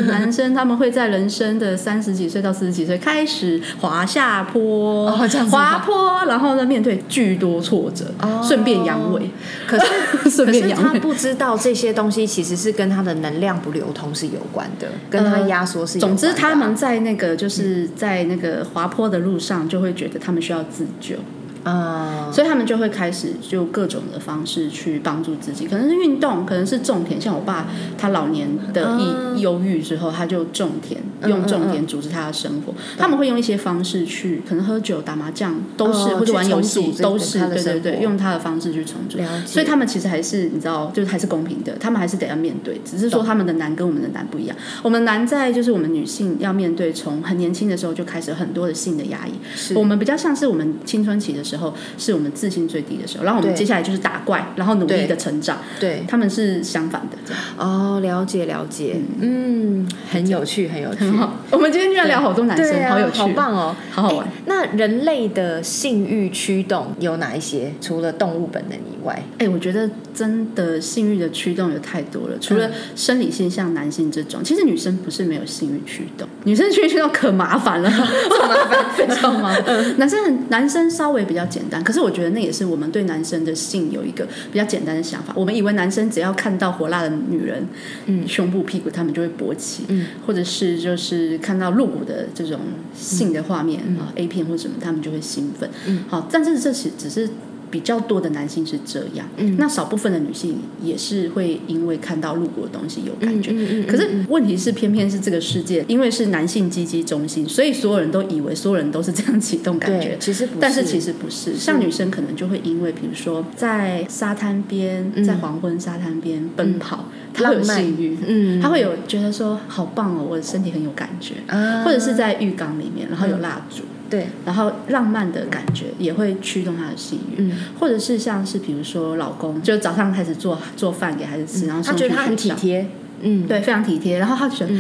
B: 男生他们会在人生的三十几岁到四十几岁开始滑下坡，
C: 哦这样子吗哦
B: 滑坡，然后呢面对巨多挫折，顺便阳 痿，
C: 可是
B: 顺
C: 可
B: 便
C: 是
B: 阳
C: 他
B: 痿。
C: 不知道这些东西其实是跟他的能量不流通是有关的，跟他压缩是有关
B: 呃总
C: 的嗯啊、
B: 之，他们在那个就是在那个滑坡的路上，就会觉得他们需要自救，
C: 啊，
B: 所以他们就会开始就各种的方式去帮助自己，可能是运动，可能是种田。像我爸，他老年的
C: 嗯
B: 抑忧郁之后，他就种田，用种田组织他的生活。他们会用一些方式去，可能喝酒、打麻将都是，
C: 哦
B: 或者玩游
C: 去
B: 戏
C: 重组
B: 都
C: 这
B: 是，
C: 个他的
B: 对对对，
C: 生活
B: 用他的方式去重组。
C: 了解
B: 所以他们其实还是你知道，就是还是公平的，他们还是得要面对，只是说他们的难跟我们的难不一样。我们难在就是我们女性要面对从很年轻的时候就开始很多的性的压抑，我们比较像是我们青春期的时候是我们自信最低的时候，然后我们
C: 对
B: 接下来就是打怪，然后努力
C: 对
B: 的成长，
C: 对
B: 他们是相反的，这样
C: 哦，了解了解，嗯，很有趣，很有趣，
B: 很好。我们今天居然聊好多男
C: 对
B: 生，
C: 啊，
B: 好有趣，
C: 好棒哦，
B: 好好玩
C: 诶那人类的性欲驱动有哪一些？除了动物本能以外，
B: 哎、我觉得真的性欲的驱动有太多了，除了生理性像男性这种，其实女生不是没有性欲驱动，女生性欲驱动可麻烦了，麻烦非常麻 烦。男生很男生稍微比较简单，可是我觉得那也是我们对男生的性有一个比较简单的想法。我们以为男生只要看到火辣的女人，嗯，胸部屁股他们就会勃起，嗯，或者是就是看到露骨的这种性的画面啊、a 片或什么，他们就会兴奋，嗯，好，但是这是只是。比较多的男性是这样，嗯，那少部分的女性也是会因为看到路过的东西有感
A: 嗯
B: 觉，
C: 嗯
B: 可是问题是偏偏是这个世界，因为是男性积极中心，所以所有人都以为所有人都是这样启动感觉
C: 对，，其实不
B: 但是其
C: 实
B: 实不是，像女生可能就会因为，比如说在沙滩边，在黄昏沙滩边奔跑，她会有
C: 嗯浪漫
B: 性欲，
C: 嗯
B: 她会有觉得说好棒哦，我的身体很有感觉，
C: 啊
B: 或者是在浴缸里面，然后有蜡烛，
C: 对
B: 然后浪漫的感觉也会驱动她的性欲，
C: 嗯
B: 或者是像是比如说老公，就早上开始做做饭给孩子吃，然后
C: 他
B: 送
C: 嗯觉
B: 去
C: 得他
B: 学
C: 很体
B: 校
C: 贴，嗯，
B: 对，非常体贴。然后他觉得，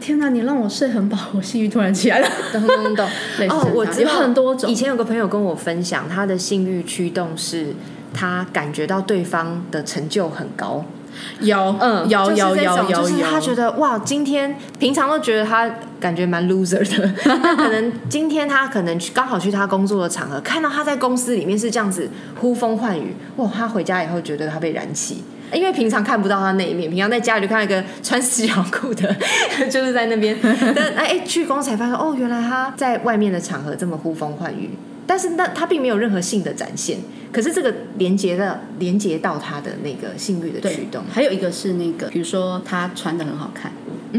B: 天哪，你让我睡很饱， 我性欲突然起来了。
C: 懂懂懂
B: 类。似
C: 哦，我
B: 这样
C: 知道
B: 有很多种
C: 以前有个朋友跟我分享，他的性欲驱动是他感觉到对方的成就很高，
B: 有，
C: 嗯，
B: 有
C: 就是
B: 有
C: 这
B: 有
C: 种
B: 有
C: 就是
B: 有，
C: 他觉得哇，今天平常都觉得他感觉蛮 loser 的，但可能今天他可能去刚好去他工作的场合，看到他在公司里面是这样子呼风唤雨，哇，他回家以后觉得他被燃起。因为平常看不到他那一面，平常在家里就看到一个穿四角裤的， 就是在那边。但哎，去公司才发现哦，原来他在外面的场合这么呼风唤雨，但是那他并没有任何性的展现。可是这个连接的连接到他的那个性欲的驱
B: 对
C: 动，，
B: 还有一个是那个，比如说他穿的很好看，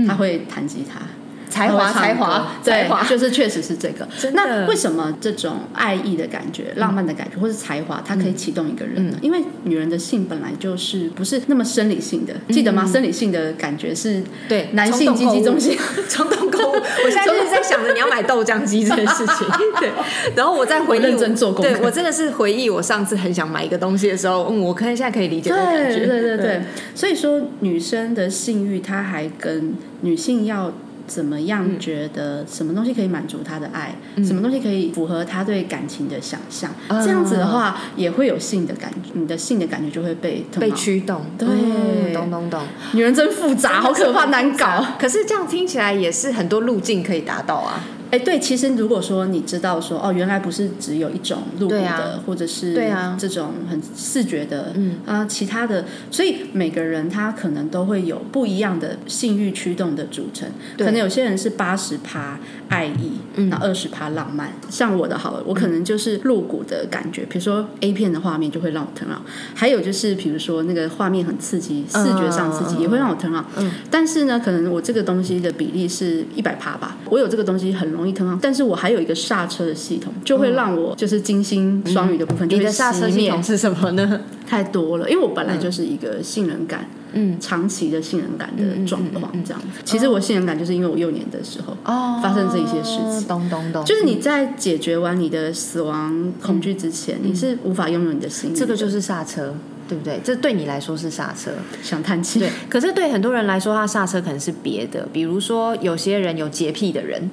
B: 他会弹吉他。
C: 嗯才华，
B: 他会
C: 才
B: 唱歌
C: 华，哦才华
B: 对，，就是确实是这个
C: 真。的
B: 那为什么这种爱意的感觉、浪漫的感觉，或是才华，它可以启动一个
C: 嗯
B: 人呢？因为女人的性本来就是不是那么生理性的，记得吗？生理性的感觉是
C: 嗯对
B: 男性积极中心，
C: 冲动购物。我现在就是在想着你要买豆浆机这件事 情，对。然后我在回忆我，
B: 我认真做功课
C: 对我真的是回忆我上次很想买一个东西的时候，嗯，我可能现在可以理解 这个感觉，嗯
B: 对对对对，所以说女生的性欲，她还跟女性要。怎么样觉得什么东西可以满足她的爱，什么东西可以符合她对感情的想象？这样子的话，也会有性的感觉，你的性的感觉就会被疼
C: 被
B: 爱
C: 驱动，
B: 对
C: 嗯懂懂懂。
B: 女人 真复杂，好可怕，难搞。
C: 可是这样听起来也是很多路径可以达到啊，
B: 哎，对，其实如果说你知道说哦，原来不是只有一种露骨
C: 对
B: 的，
C: 啊
B: 或者是
C: 对啊
B: 这种很视觉的，嗯啊，其他的，所以每个人他可能都会有不一样的性欲驱动的组成，
C: 对嗯
B: 可能有些人是八十趴爱意，那二十趴浪漫。像我的好了，我可能就是露骨的感觉，比如说 A 片的画面就会让我疼啊，还有就是比如说那个画面很刺激，
C: 嗯
B: 视觉上刺激也会让我疼啊。但是呢，可能我这个东西的比例是一百趴吧，我有这个东西很容易疼啊，但是我还有一个刹车的系统，就会让我就是金星双鱼的部分就
C: 嗯你
B: 会
C: 的刹车
B: 熄
C: 系
B: 灭
C: 统是什么呢？
B: 太多了，因为我本来就是一个信任感，嗯，长期的信任感的状况
C: 嗯
B: 这样子。其实我信任感就是因为我幼年的时候
C: 哦
B: 发生这一些事情。
C: 懂懂懂，
B: 就是你在解决完你的死亡恐惧之前，你是无法拥有你的心。
C: 嗯这个就是刹车，对不对？这对你来说是刹车，
B: 想叹气。
C: 对。可是对很多人来说，他刹车可能是别的，比如说有些人有洁癖的人，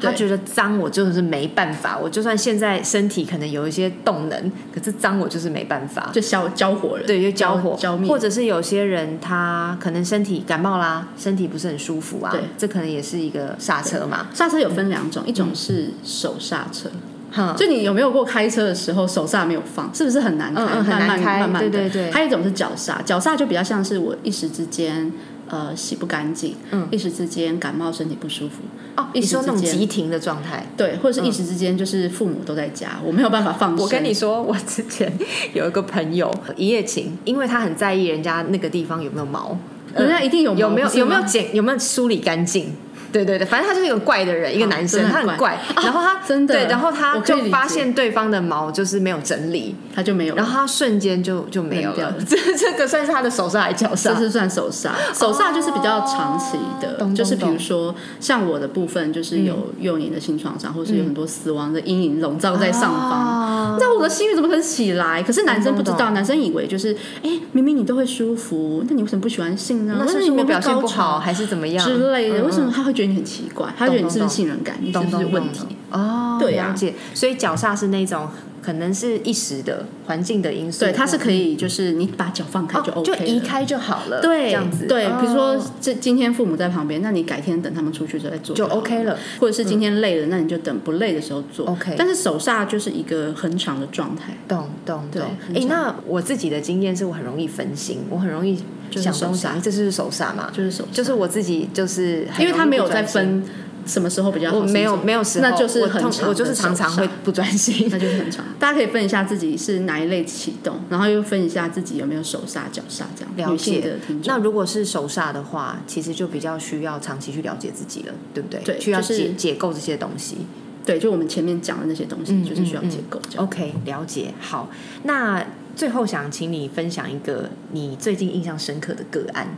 C: 他
B: 对
C: 觉得脏我就是没办法，我就算现在身体可能有一些动能，可是脏我就是没办法。
B: 就消交火了，
C: 对，就交火，
B: 浇灭，
C: 或者是有些人他可能身体感冒啦，身体不是很舒服啊
B: 对，
C: 这可能也是一个刹车嘛。
B: 刹车有分两种，一
C: 嗯
B: 种是手刹车，
C: 哼，
B: 就你有没有过开车的时候手刹没有放，是不是很难开？
C: 嗯嗯
B: 慢
C: 很
B: 慢
C: 难开
B: 慢慢的。
C: 对对对
B: 还有一种是脚刹，脚刹就比较像是我一时之间呃洗不干净，
C: 嗯
B: 一时之间感冒身体不舒服，
C: 哦，
B: 一
C: 你
B: 时
C: 说那种
B: 之间
C: 急停的状态。
B: 对，或者是一时之间就是父母都在家，我没有办法放生。
C: 我跟你说，我之前有一个朋友一夜情，因为他很在意人家那个地方有没有毛，
B: 人家一定有毛
C: 呃有没有
B: 不是吗
C: 有没有剪有没有梳理干净。对对对，反正他就是一个怪的人，一个男生，
B: 啊真的
C: 他
B: 很啊
C: 很怪。然后他
B: 真的
C: 对，然后他
B: 我可以
C: 就
B: 理
C: 发
B: 解
C: 现对方的毛就是没有整理，
B: 他就没有了，
C: 然后他瞬间就就没有
B: 扔掉
C: 了
B: 了。
C: 这这个算是他的手上还是脚
B: 这
C: 上？
B: 是算手刹，手刹就是比较长期的，
C: 哦懂嗯
B: 就是比
C: 懂
B: 如说像我的部分，就是有幼年的性创伤，或是有很多死亡的阴影笼罩在上
C: 嗯啊
B: 方。那、我的心率怎么可能起来？可是男生不知
C: 懂懂
B: 道，男生以为就是，哎、明明你都会舒服，那你为什么不喜欢性呢？
C: 那
B: 为什
C: 是不
B: 么
C: 是
B: 你
C: 我
B: 没有
C: 表现
B: 高
C: 不好
B: 潮
C: 还是怎么样？
B: 之类的？
C: 嗯
B: 为什么他会觉得你很奇怪？他觉得你是不
C: 懂
B: 是性冷感？你是
C: 懂
B: 不
C: 懂
B: 是
C: 懂
B: 有问题？
C: 哦，
B: 对啊
C: 了解。所以脚刹是那种可能是一时的环境的因素，
B: 对，他是可
C: 以
B: 以，就是你把脚放开就 OK，
C: 哦就
B: 了
C: 移开就好了，
B: 对，
C: 这样子，
B: 对，比如说
C: 哦
B: 这今天父母在旁边，那你改天等他们出去之后再做
C: 就
B: 好
C: OK 了。嗯
B: 或者是今天累了，那你就等不累的时候做。
C: OK
B: 但是手刹就是一个很长的状态，
C: 懂懂
B: 对
C: 懂，
B: 很
C: 哎、
B: 长
C: 那我自己的经验是我很容易分心，我很容易
B: 就是
C: 想
B: 手
C: 东
B: 刹
C: 想西，这就是手刹嘛，
B: 就是手刹，
C: 就是我自己就是很
B: 因为他
C: 容易
B: 没
C: 不
B: 有在
C: 专心，
B: 分什么时候比较好，
C: 我没
B: 什
C: 有
B: 么时候
C: 没有时候，
B: 那就是
C: 我
B: 很
C: 通
B: 长
C: 我
B: 的
C: 就是常
B: 手
C: 常会
B: 刹
C: 不专心，
B: 那就是很长。大家可以分一下自己是哪一类启动，然后又分一下自己有没有手刹、脚刹这样。
C: 了
B: 女性
C: 解
B: 的听。众
C: 那如果是手刹的话，其实就比较需要长期去了解自己了，对不对？
B: 对
C: 需要
B: 就是
C: 解解构这些东西。
B: 对，就我们前面讲的那些东西，
C: 嗯
B: 就是需要
C: 嗯嗯
B: 结构这样。
C: OK，了解。好，那最后想请你分享一个你最近印象深刻的个案，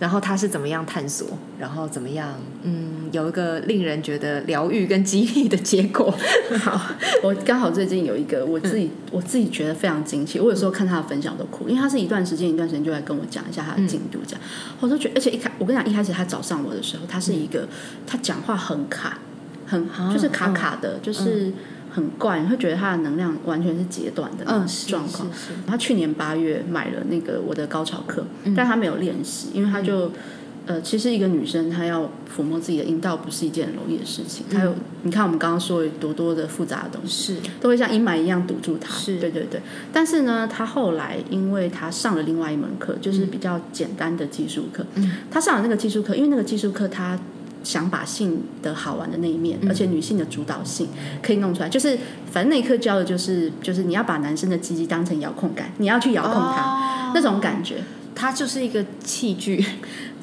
C: 然后他是怎么样探索，然后怎么样，嗯，有一个令人觉得疗愈跟激励的结果。
B: 好，我刚好最近有一个我自
C: 嗯
B: 己、我自己觉得非常惊奇，我有时候看他的分享都哭，因为他是一段时间一段时间就来跟我讲一下他
C: 嗯
B: 的进度这样，我都觉得，而且一开我跟你讲，一开始他找上我的时候，他是一个、他讲话很卡，很
C: 嗯啊嗯
B: 就是卡卡的，就是很怪，你会觉得他的能量完全是截断的那种状况。
C: 嗯是
B: 他去年八月买了那个我的高潮课，
C: 嗯
B: 但他没有练习，因为他就、呃，其实一个女生她要抚摸自己的阴道不是一件容易的事情。
C: 嗯
B: 还有，你看我们刚刚说有多多的复杂的东西，
C: 是，
B: 都会像阴霾一样堵住她。
C: 是
B: 对对对。但是呢，她后来因为她上了另外一门课，就是比较简单的技术课。
C: 嗯
B: 她上了那个技术课，因为那个技术课她。想把性的好玩的那一面，
C: 嗯
B: 而且女性的主导性可以弄出来，就是反正那一课教的就是，就是你要把男生的鸡鸡当成遥控杆，你要去遥控它、
C: 哦
B: 那种感觉。
C: 它就是一个器具。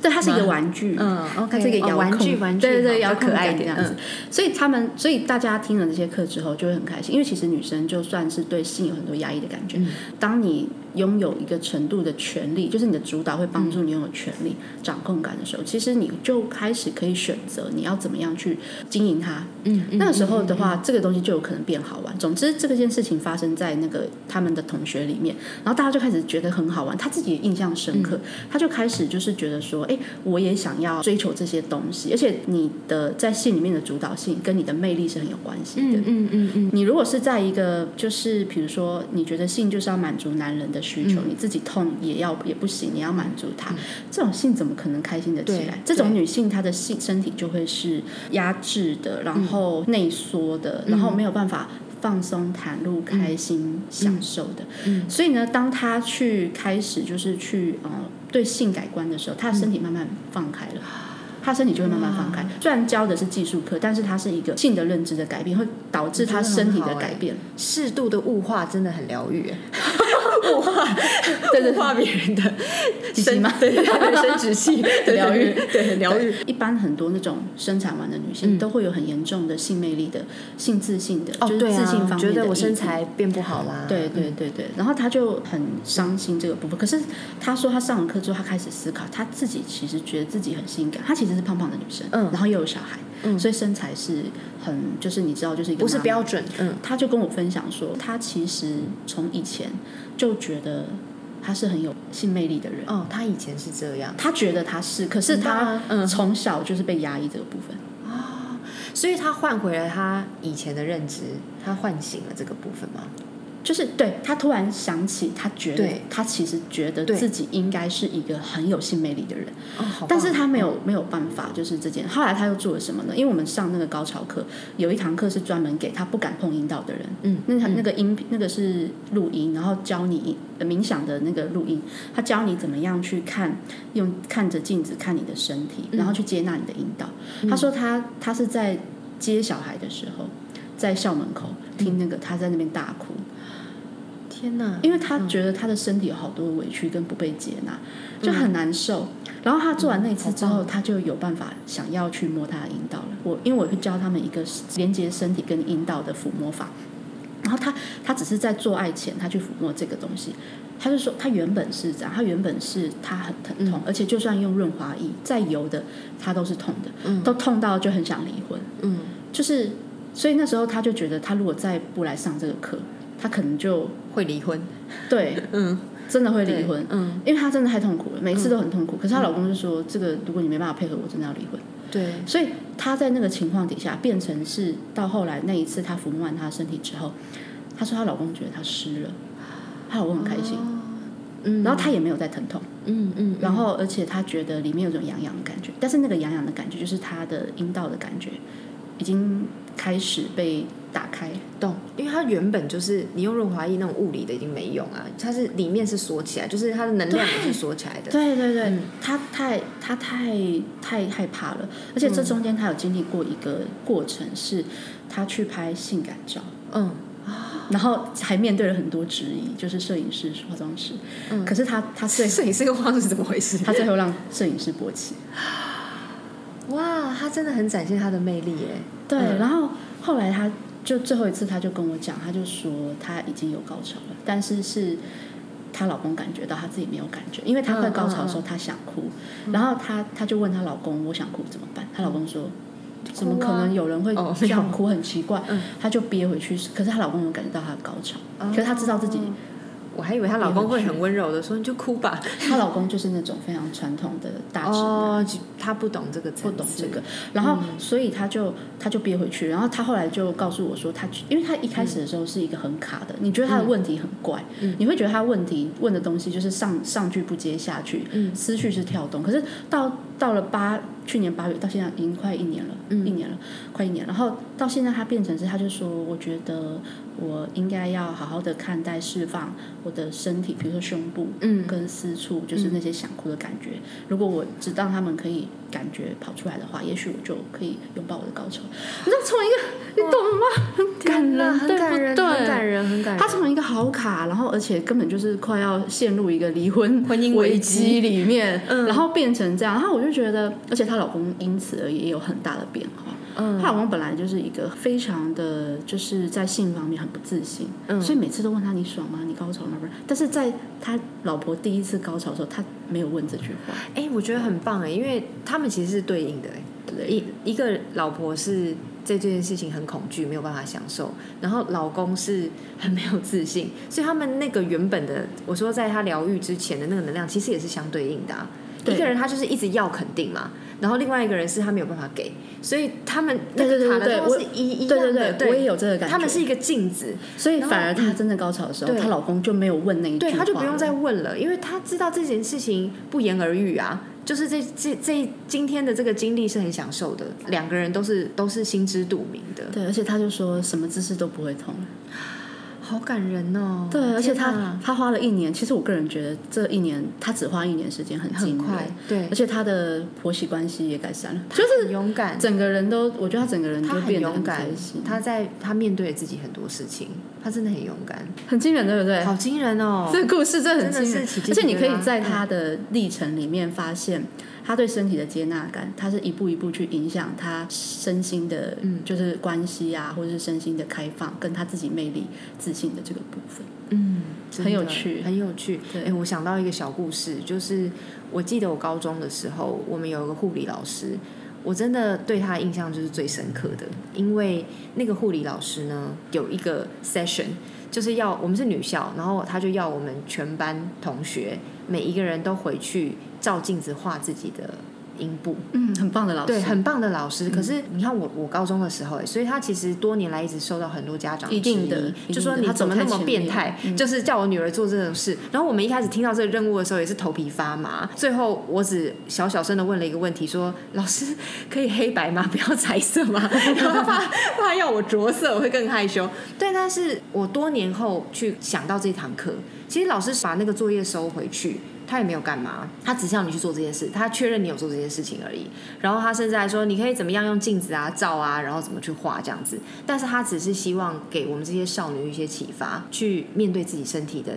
B: 对，它是一个玩具，
C: 嗯
B: 它
C: ，OK，
B: 是一个
C: 哦
B: 遥控，
C: 玩具，玩具，
B: 对对对，
C: 好
B: 遥
C: 比较
B: 控
C: 可爱一
B: 感这
C: 点，
B: 样子。
C: 嗯，
B: 所以他们，所以大家听了这些课之后就会很开心，因为其实女生就算是对性有很多压抑的感
C: 嗯
B: 觉，当你拥有一个程度的权利，就是你的主导会帮
C: 嗯
B: 助你拥有权利、掌控感的时候，其实你就开始可以选择你要怎么样去经营它。
C: 嗯嗯
B: 那个时候的话，这个东西就有可能变好玩。总之，这个件事情发生在那个他们的同学里面，然后大家就开始觉得很好玩，他自己也印象深
C: 嗯
B: 刻，他就开始就是觉得说，哎，我也想要追求这些东西，而且你的在戏里面的主导性跟你的魅力是很有关系的。
C: 嗯嗯嗯嗯，
B: 你如果是在一个，就是比如说，你觉得性就是要满足男人的需
C: 嗯
B: 求，你自己痛也要也不行，你要满足他，这种性怎么可能开心的起
C: 对
B: 来？这种
C: 对
B: 女性她的性身体就会是压制的，然后
C: 嗯
B: 内缩的，然后没有办法。放松、袒露、开心、享受的，
C: 嗯
B: 所以呢，当她去开始就是去呃对性改观的时候，她的身体慢慢放开了，他身体就会慢慢放
C: 啊
B: 开。虽然教的是技术课，但是它是一个性的认知的改变，会导致他身体的改变。
C: 适度的物化真的很疗愈， 物化， 对对，物化别人的
B: 鸡鸡吗
C: 对，他的生殖器
B: 很疗 愈
C: 对对，很疗愈。嗯
B: 一般很多那种生产完的女性都会有很严重的性魅力的、性自信的，
C: 哦，
B: 就是
C: 对
B: 自信
C: 啊，
B: 方面的
C: 觉得我
B: 议题
C: 身材变不好啦，
B: 对对对对，然后他就很伤心这个部分。可是他说他上完课之后，他开始思考，他自己其实觉得自己很性感，她其实是胖胖的女生，
C: 嗯
B: 然后又有小孩，
C: 嗯
B: 所以身材是很就是你知道就是一个
C: 不是
B: 妈妈
C: 标准，嗯，
B: 他就跟我分享说，他其实从以前就觉得他是很有性魅力的人，
C: 哦，他以前是这样，
B: 他觉得他是，可是他
C: 嗯
B: 从小就是被压抑这个部分。
C: 所以他换回了他以前的认知，他唤醒了这个部分吗？
B: 就是对他突然想起，他觉得
C: 对
B: 他其实觉得
C: 对
B: 自己应该是一个很有性魅力的人，
C: 哦，好棒，
B: 但是他没有没有办法，就是这件。后来他又做了什么呢？因为我们上那个高潮课，有一堂课是专门给他不敢碰阴道的人，
C: 嗯，
B: 那堂那个音那个是录音，然后教你呃冥想的那个录音，他教你怎么样去看，用看着镜子看你的身体，然
C: 嗯
B: 后去接纳你的阴道。他说他他是在接小孩的时候，在校门口
C: 嗯
B: 听那个、他在那边大哭，
C: 天哪，
B: 因为他觉得他的身体有好多委屈跟不被接纳，就很难受。然后他做完那次之后，他就有办法想要去摸他的阴道了。我因为我会教他们一个连接身体跟阴道的抚摸法，然后他他只是在做爱前，他去抚摸这个东西。他就说，他原本是这样，他原本是他很疼痛，而且就算用润滑液再油的，他都是痛的，都痛到就很想离婚。
C: 嗯，
B: 就是所以那时候他就觉得，他如果再不来上这个课，他可能就
C: 会离婚，
B: 对，
C: 嗯，
B: 真的会离婚，
C: 嗯，
B: 因为她真的太痛苦了，每次都很痛苦。可是她老公就说，这个如果你没办法配合我，真的要离婚。
C: 对，
B: 所以她在那个情况底下，变成是到后来那一次，她抚摸完她的身体之后，她说她老公觉得她湿了，她老公很开心，
C: 嗯
B: 然后她也没有再疼痛，
C: 嗯嗯，
B: 然后而且她觉得里面有种痒痒的感觉，但是那个痒痒的感觉就是她的阴道的感觉已经开始被打开，
C: 懂，因为它原本就是你用润滑液那种物理的已经没用啊，它是里面是锁起来，就是它的能量也是锁起来的，嗯
B: 对对对，他太他太太害怕了，而且
C: 嗯
B: 这中间他有经历过一个过程，是他去拍性感照，啊
C: 嗯，
B: 然后还面对了很多质疑，就是摄影师、化妆师。可是他他最
C: 嗯摄影师跟化妆师怎么回事？
B: 他最后让摄影师勃起。
C: 哇，他真的很展现他的魅力耶，
B: 对，
C: 嗯
B: 然后后来他就最后一次，他就跟我讲，他就说他已经有高潮了，但是是她老公感觉到她自己没有感觉，因为她快高潮的时候她想哭，
C: 嗯
B: 然后她她就问她老公我想哭怎么办？她老公说。怎么可能有人会
C: 嗯哦嗯
B: 这样哭？很奇怪，她就憋回去。可是她老公有感觉到她的高潮，可是她知道自己，
C: 我哦还以为她老公会很温柔的说你就哭吧，
B: 她老公就是那种非常传统的大直男，
C: 哦，他不懂这个层次，嗯
B: 不懂这个，然后所以他就他就憋回去，然后他后来就告诉我说他，因为他一开始
C: 嗯
B: 的时候是一个很卡的，你觉得他的问题很怪，你会觉得他问题问的东西就是上上句不接下句，
C: 嗯
B: 思绪是跳动，可是到到了八去年八月到现在已经快一年了，
C: 嗯
B: 一年了，快一年，然后到现在他变成是他就说，我觉得我应该要好好的看待释放我的身体，比如说胸部，嗯，跟私处，就是那些想哭的感觉。如果我只让他们可以感觉跑出来的话，也许我就可以拥抱我的高潮。你知道，从一个你懂吗？很感
C: 天哪
B: 人，
C: 很
B: 对不
C: 感人，
B: 对
C: 很感人，很感人。
B: 他从一个好卡，然后而且根本就是快要陷入一个离婚
C: 婚姻
B: 危
C: 危
B: 机
C: 机嗯
B: 里面，然后变成这样，然后我就觉得，而且她老公因此而也有很大的变化。
C: 嗯
B: 她老公本来就是一个非常的，就是在性方面很不自信，
C: 嗯
B: 所以每次都问他你爽吗？你高潮吗？不是，但是在他老婆第一次高潮的时候，他没有问这句话，
C: 哎、我觉得很棒哎，因为他们其实是对应的哎，
B: 对
C: 一一个老婆是对这件事情很恐惧，没有办法享受，然后老公是很没有自信，所以他们那个原本的，我说在他疗愈之前的那个能量，其实也是相对应的啊。
B: 对
C: 一个人他就是一直要肯定嘛，然后另外一个人是他没有办法给，所以他们那
B: 对对对
C: 个卡
B: 对
C: 的
B: 我
C: 都是一一
B: 对
C: 样
B: 对
C: 的，
B: 对，我也有这个感觉。
C: 他们是一个镜子，
B: 所以
C: 然后
B: 反而她真的高潮的时候，
C: 嗯对
B: 她老公就没有问那一句
C: 对，
B: 话了，
C: 他就不用再问了，因为他知道这件事情不言而喻啊。就是这这这今天的这个经历是很享受的，两个人都是都是心知肚明的，
B: 对，而且他就说什么姿势都不会痛。
C: 好感人哦。
B: 对，而且
C: 天
B: 他
C: 哪
B: 他花了一年，其实我个人觉得这一年他只花一年时间很
C: 很
B: 惊人，
C: 快，对
B: 而，且他的婆媳关系也改善了，就是
C: 很勇敢，
B: 整个人都，我觉得他整个人
C: 他
B: 就
C: 很
B: 变得很
C: 勇敢
B: 开心，，
C: 他在他面对自己很多事情，他真的很勇敢，
B: 很惊人，对不对？
C: 好惊 人哦。
B: 这个故事真的很
C: 真的
B: 惊人
C: 是奇，迹
B: 而且你
C: 对
B: 可以
C: 吧
B: 在他的历程里面发现，他对身体的接纳感，他是一步一步去影响他身心的，
C: 嗯
B: 就是关系啊，或者是身心的开放，跟他自己魅力、自信的这个部分。
C: 嗯，真
B: 很有
C: 的
B: 趣
C: 很有趣。
B: 对
C: 哎、我想到一个小故事，就是我记得我高中的时候，我们有一个护理老师，我真的对他印象就是最深刻的，因为那个护理老师呢有一个 session，就是要我们是女校，然后他就要我们全班同学每一个人都回去照镜子画自己的阴部，
B: 嗯，很棒的老师，嗯
C: 对，很棒的老师。可是你看我，我高中的时候欸，所以他其实多年来一直受到很多家长
B: 一定
C: 质疑
B: 的一定
C: 就说
B: 的
C: 你
B: 他
C: 怎么
B: 走太
C: 那么
B: 前
C: 变
B: 面嗯
C: 态，就是叫我女儿做这种事。然后我们一开始听到这个任务的时候，也是头皮发麻。最后我只小小声的问了一个问题，说：“老师可以黑白吗？不 要彩色吗？” 然后怕怕要我着色，我会更害羞。对，但是我多年后去想到这堂课，其实老师把那个作业收回去。他也没有干嘛，他只是要你去做这件事，他确认你有做这件事情而已。然后他甚至还说，你可以怎么样用镜子啊、照啊，然后怎么去画这样子。但是他只是希望给我们这些少女一些启发，去面对自己身体的。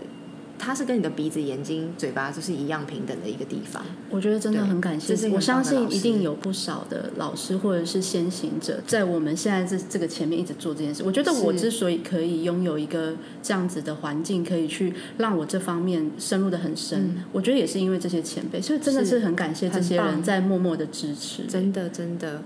C: 它是跟你的鼻子、眼睛、嘴巴就是一样平等的一个地方。
B: 我觉得真的
C: 对
B: 很感谢
C: 这是一，个
B: 我
C: 很棒
B: 相
C: 的
B: 信
C: 老
B: 一定
C: 师
B: 有不少的老师或者是先行者，在我们现在这这个前面一直做这件事。我觉得我
C: 是
B: 之所以可以拥有一个这样子的环境，可以去让我这方面深入的很深，我觉得也是因为这些前辈，所以真的
C: 嗯是
B: 是很感谢这
C: 很
B: 些人
C: 棒
B: 在默默的支持。
C: 真的，真的，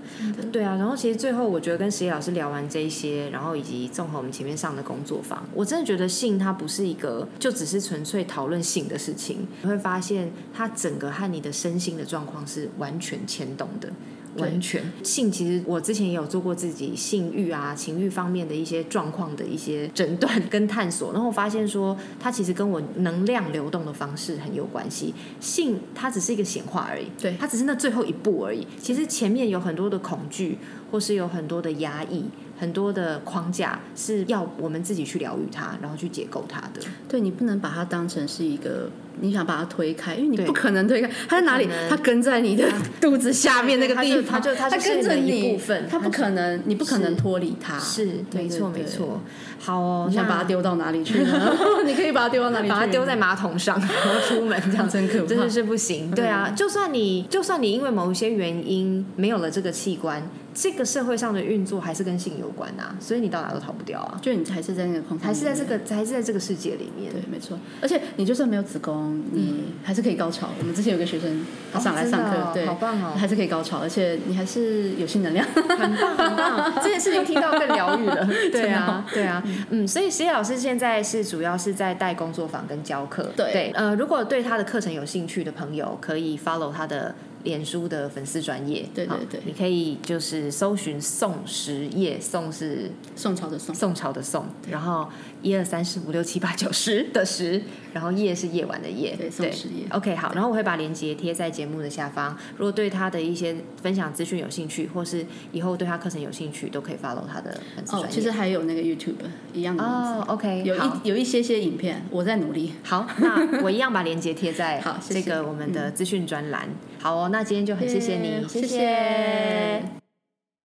C: 对啊。然后其实最后，我觉得跟石野老师聊完这一些，然后以及综合我们前面上的工作坊，我真的觉得性它不是一个就只是纯粹讨论性的事情，你会发现它整个和你的身心的状况是完全牵动的。
B: 对
C: 完全性，其实我之前也有做过自己性欲啊、情欲方面的一些状况的一些诊断跟探索，然后我发现说，它其实跟我能量流动的方式很有关系。性它只是一个显化而已，
B: 对
C: 它只是那最后一步而已。其实前面有很多的恐惧，或是有很多的压抑，很多的框架是要我们自己去疗愈它，然后去解构它的。
B: 对你不能把它当成是一个。你想把它推开，因为你
C: 对
B: 不可能推开。它在哪里
C: 不可？能
B: 它跟在你的肚子下面那个
C: 它
B: 地
C: 就
B: 方，
C: 它就它
B: 它
C: 就是
B: 跟着
C: 你的一
B: 你
C: 部分
B: 它不
C: 它是
B: 可能，你不可能脱离它。
C: 是，
B: 啊对
C: 没
B: 对
C: 错，没
B: 对
C: 错。好哦，
B: 你想
C: 那
B: 把它丢到哪里去呢？ 你可以把它丢到哪里去？
C: 把它丢在马桶上， 然后出门这样
B: 真可怕嗯
C: 真的是不行。对啊，就算你就算你因为某一些原因没有了这个器官，这个社会上的运作还是跟性有关啊，所以你到哪都逃不掉啊，
B: 就你还是在那个框框，
C: 还是在这。个还是在这个世界里面
B: 对。，没错。而且你就算没有子宫，你还是可以高潮。我们之前有个学生他上来
C: 真的
B: 上课，
C: 哦
B: 对，
C: 好棒哦
B: 还是可以高潮，而且你还是有性能 量。
C: 很棒，很棒，这件事情听到更疗愈了。 对
B: 真的哦
C: 啊，对啊，嗯，所以石野老师现在是主要是在带工作坊跟教课。
B: 对
C: 呃，如果对他的课程有兴趣的朋友，可以 follow 他的。脸书的粉丝专业，
B: 对对
C: 好
B: 对
C: 你可以就是搜寻“宋实业”，宋是
B: 宋朝的宋，
C: 宋朝的宋，然后一二三四五六七八九十的十，然后夜是夜晚的夜，
B: 对宋时夜
C: OK，好，然后我会把链接贴在节目的下方。如果对他的一些分享资讯有兴趣，或是以后对他课程有兴趣，都可以 follow 他的粉丝专
B: 哦
C: 业。，
B: 其实还有那个 YouTube 一样的名字。
C: 哦，OK，
B: 有
C: 好
B: 一有一些些影片，我在努力。
C: 好，那我一样把链接贴在
B: 好谢
C: 这
B: 谢
C: 个我们的资讯专栏。好哦，那今天就很谢谢你，
B: 嗯谢
C: 谢
B: 谢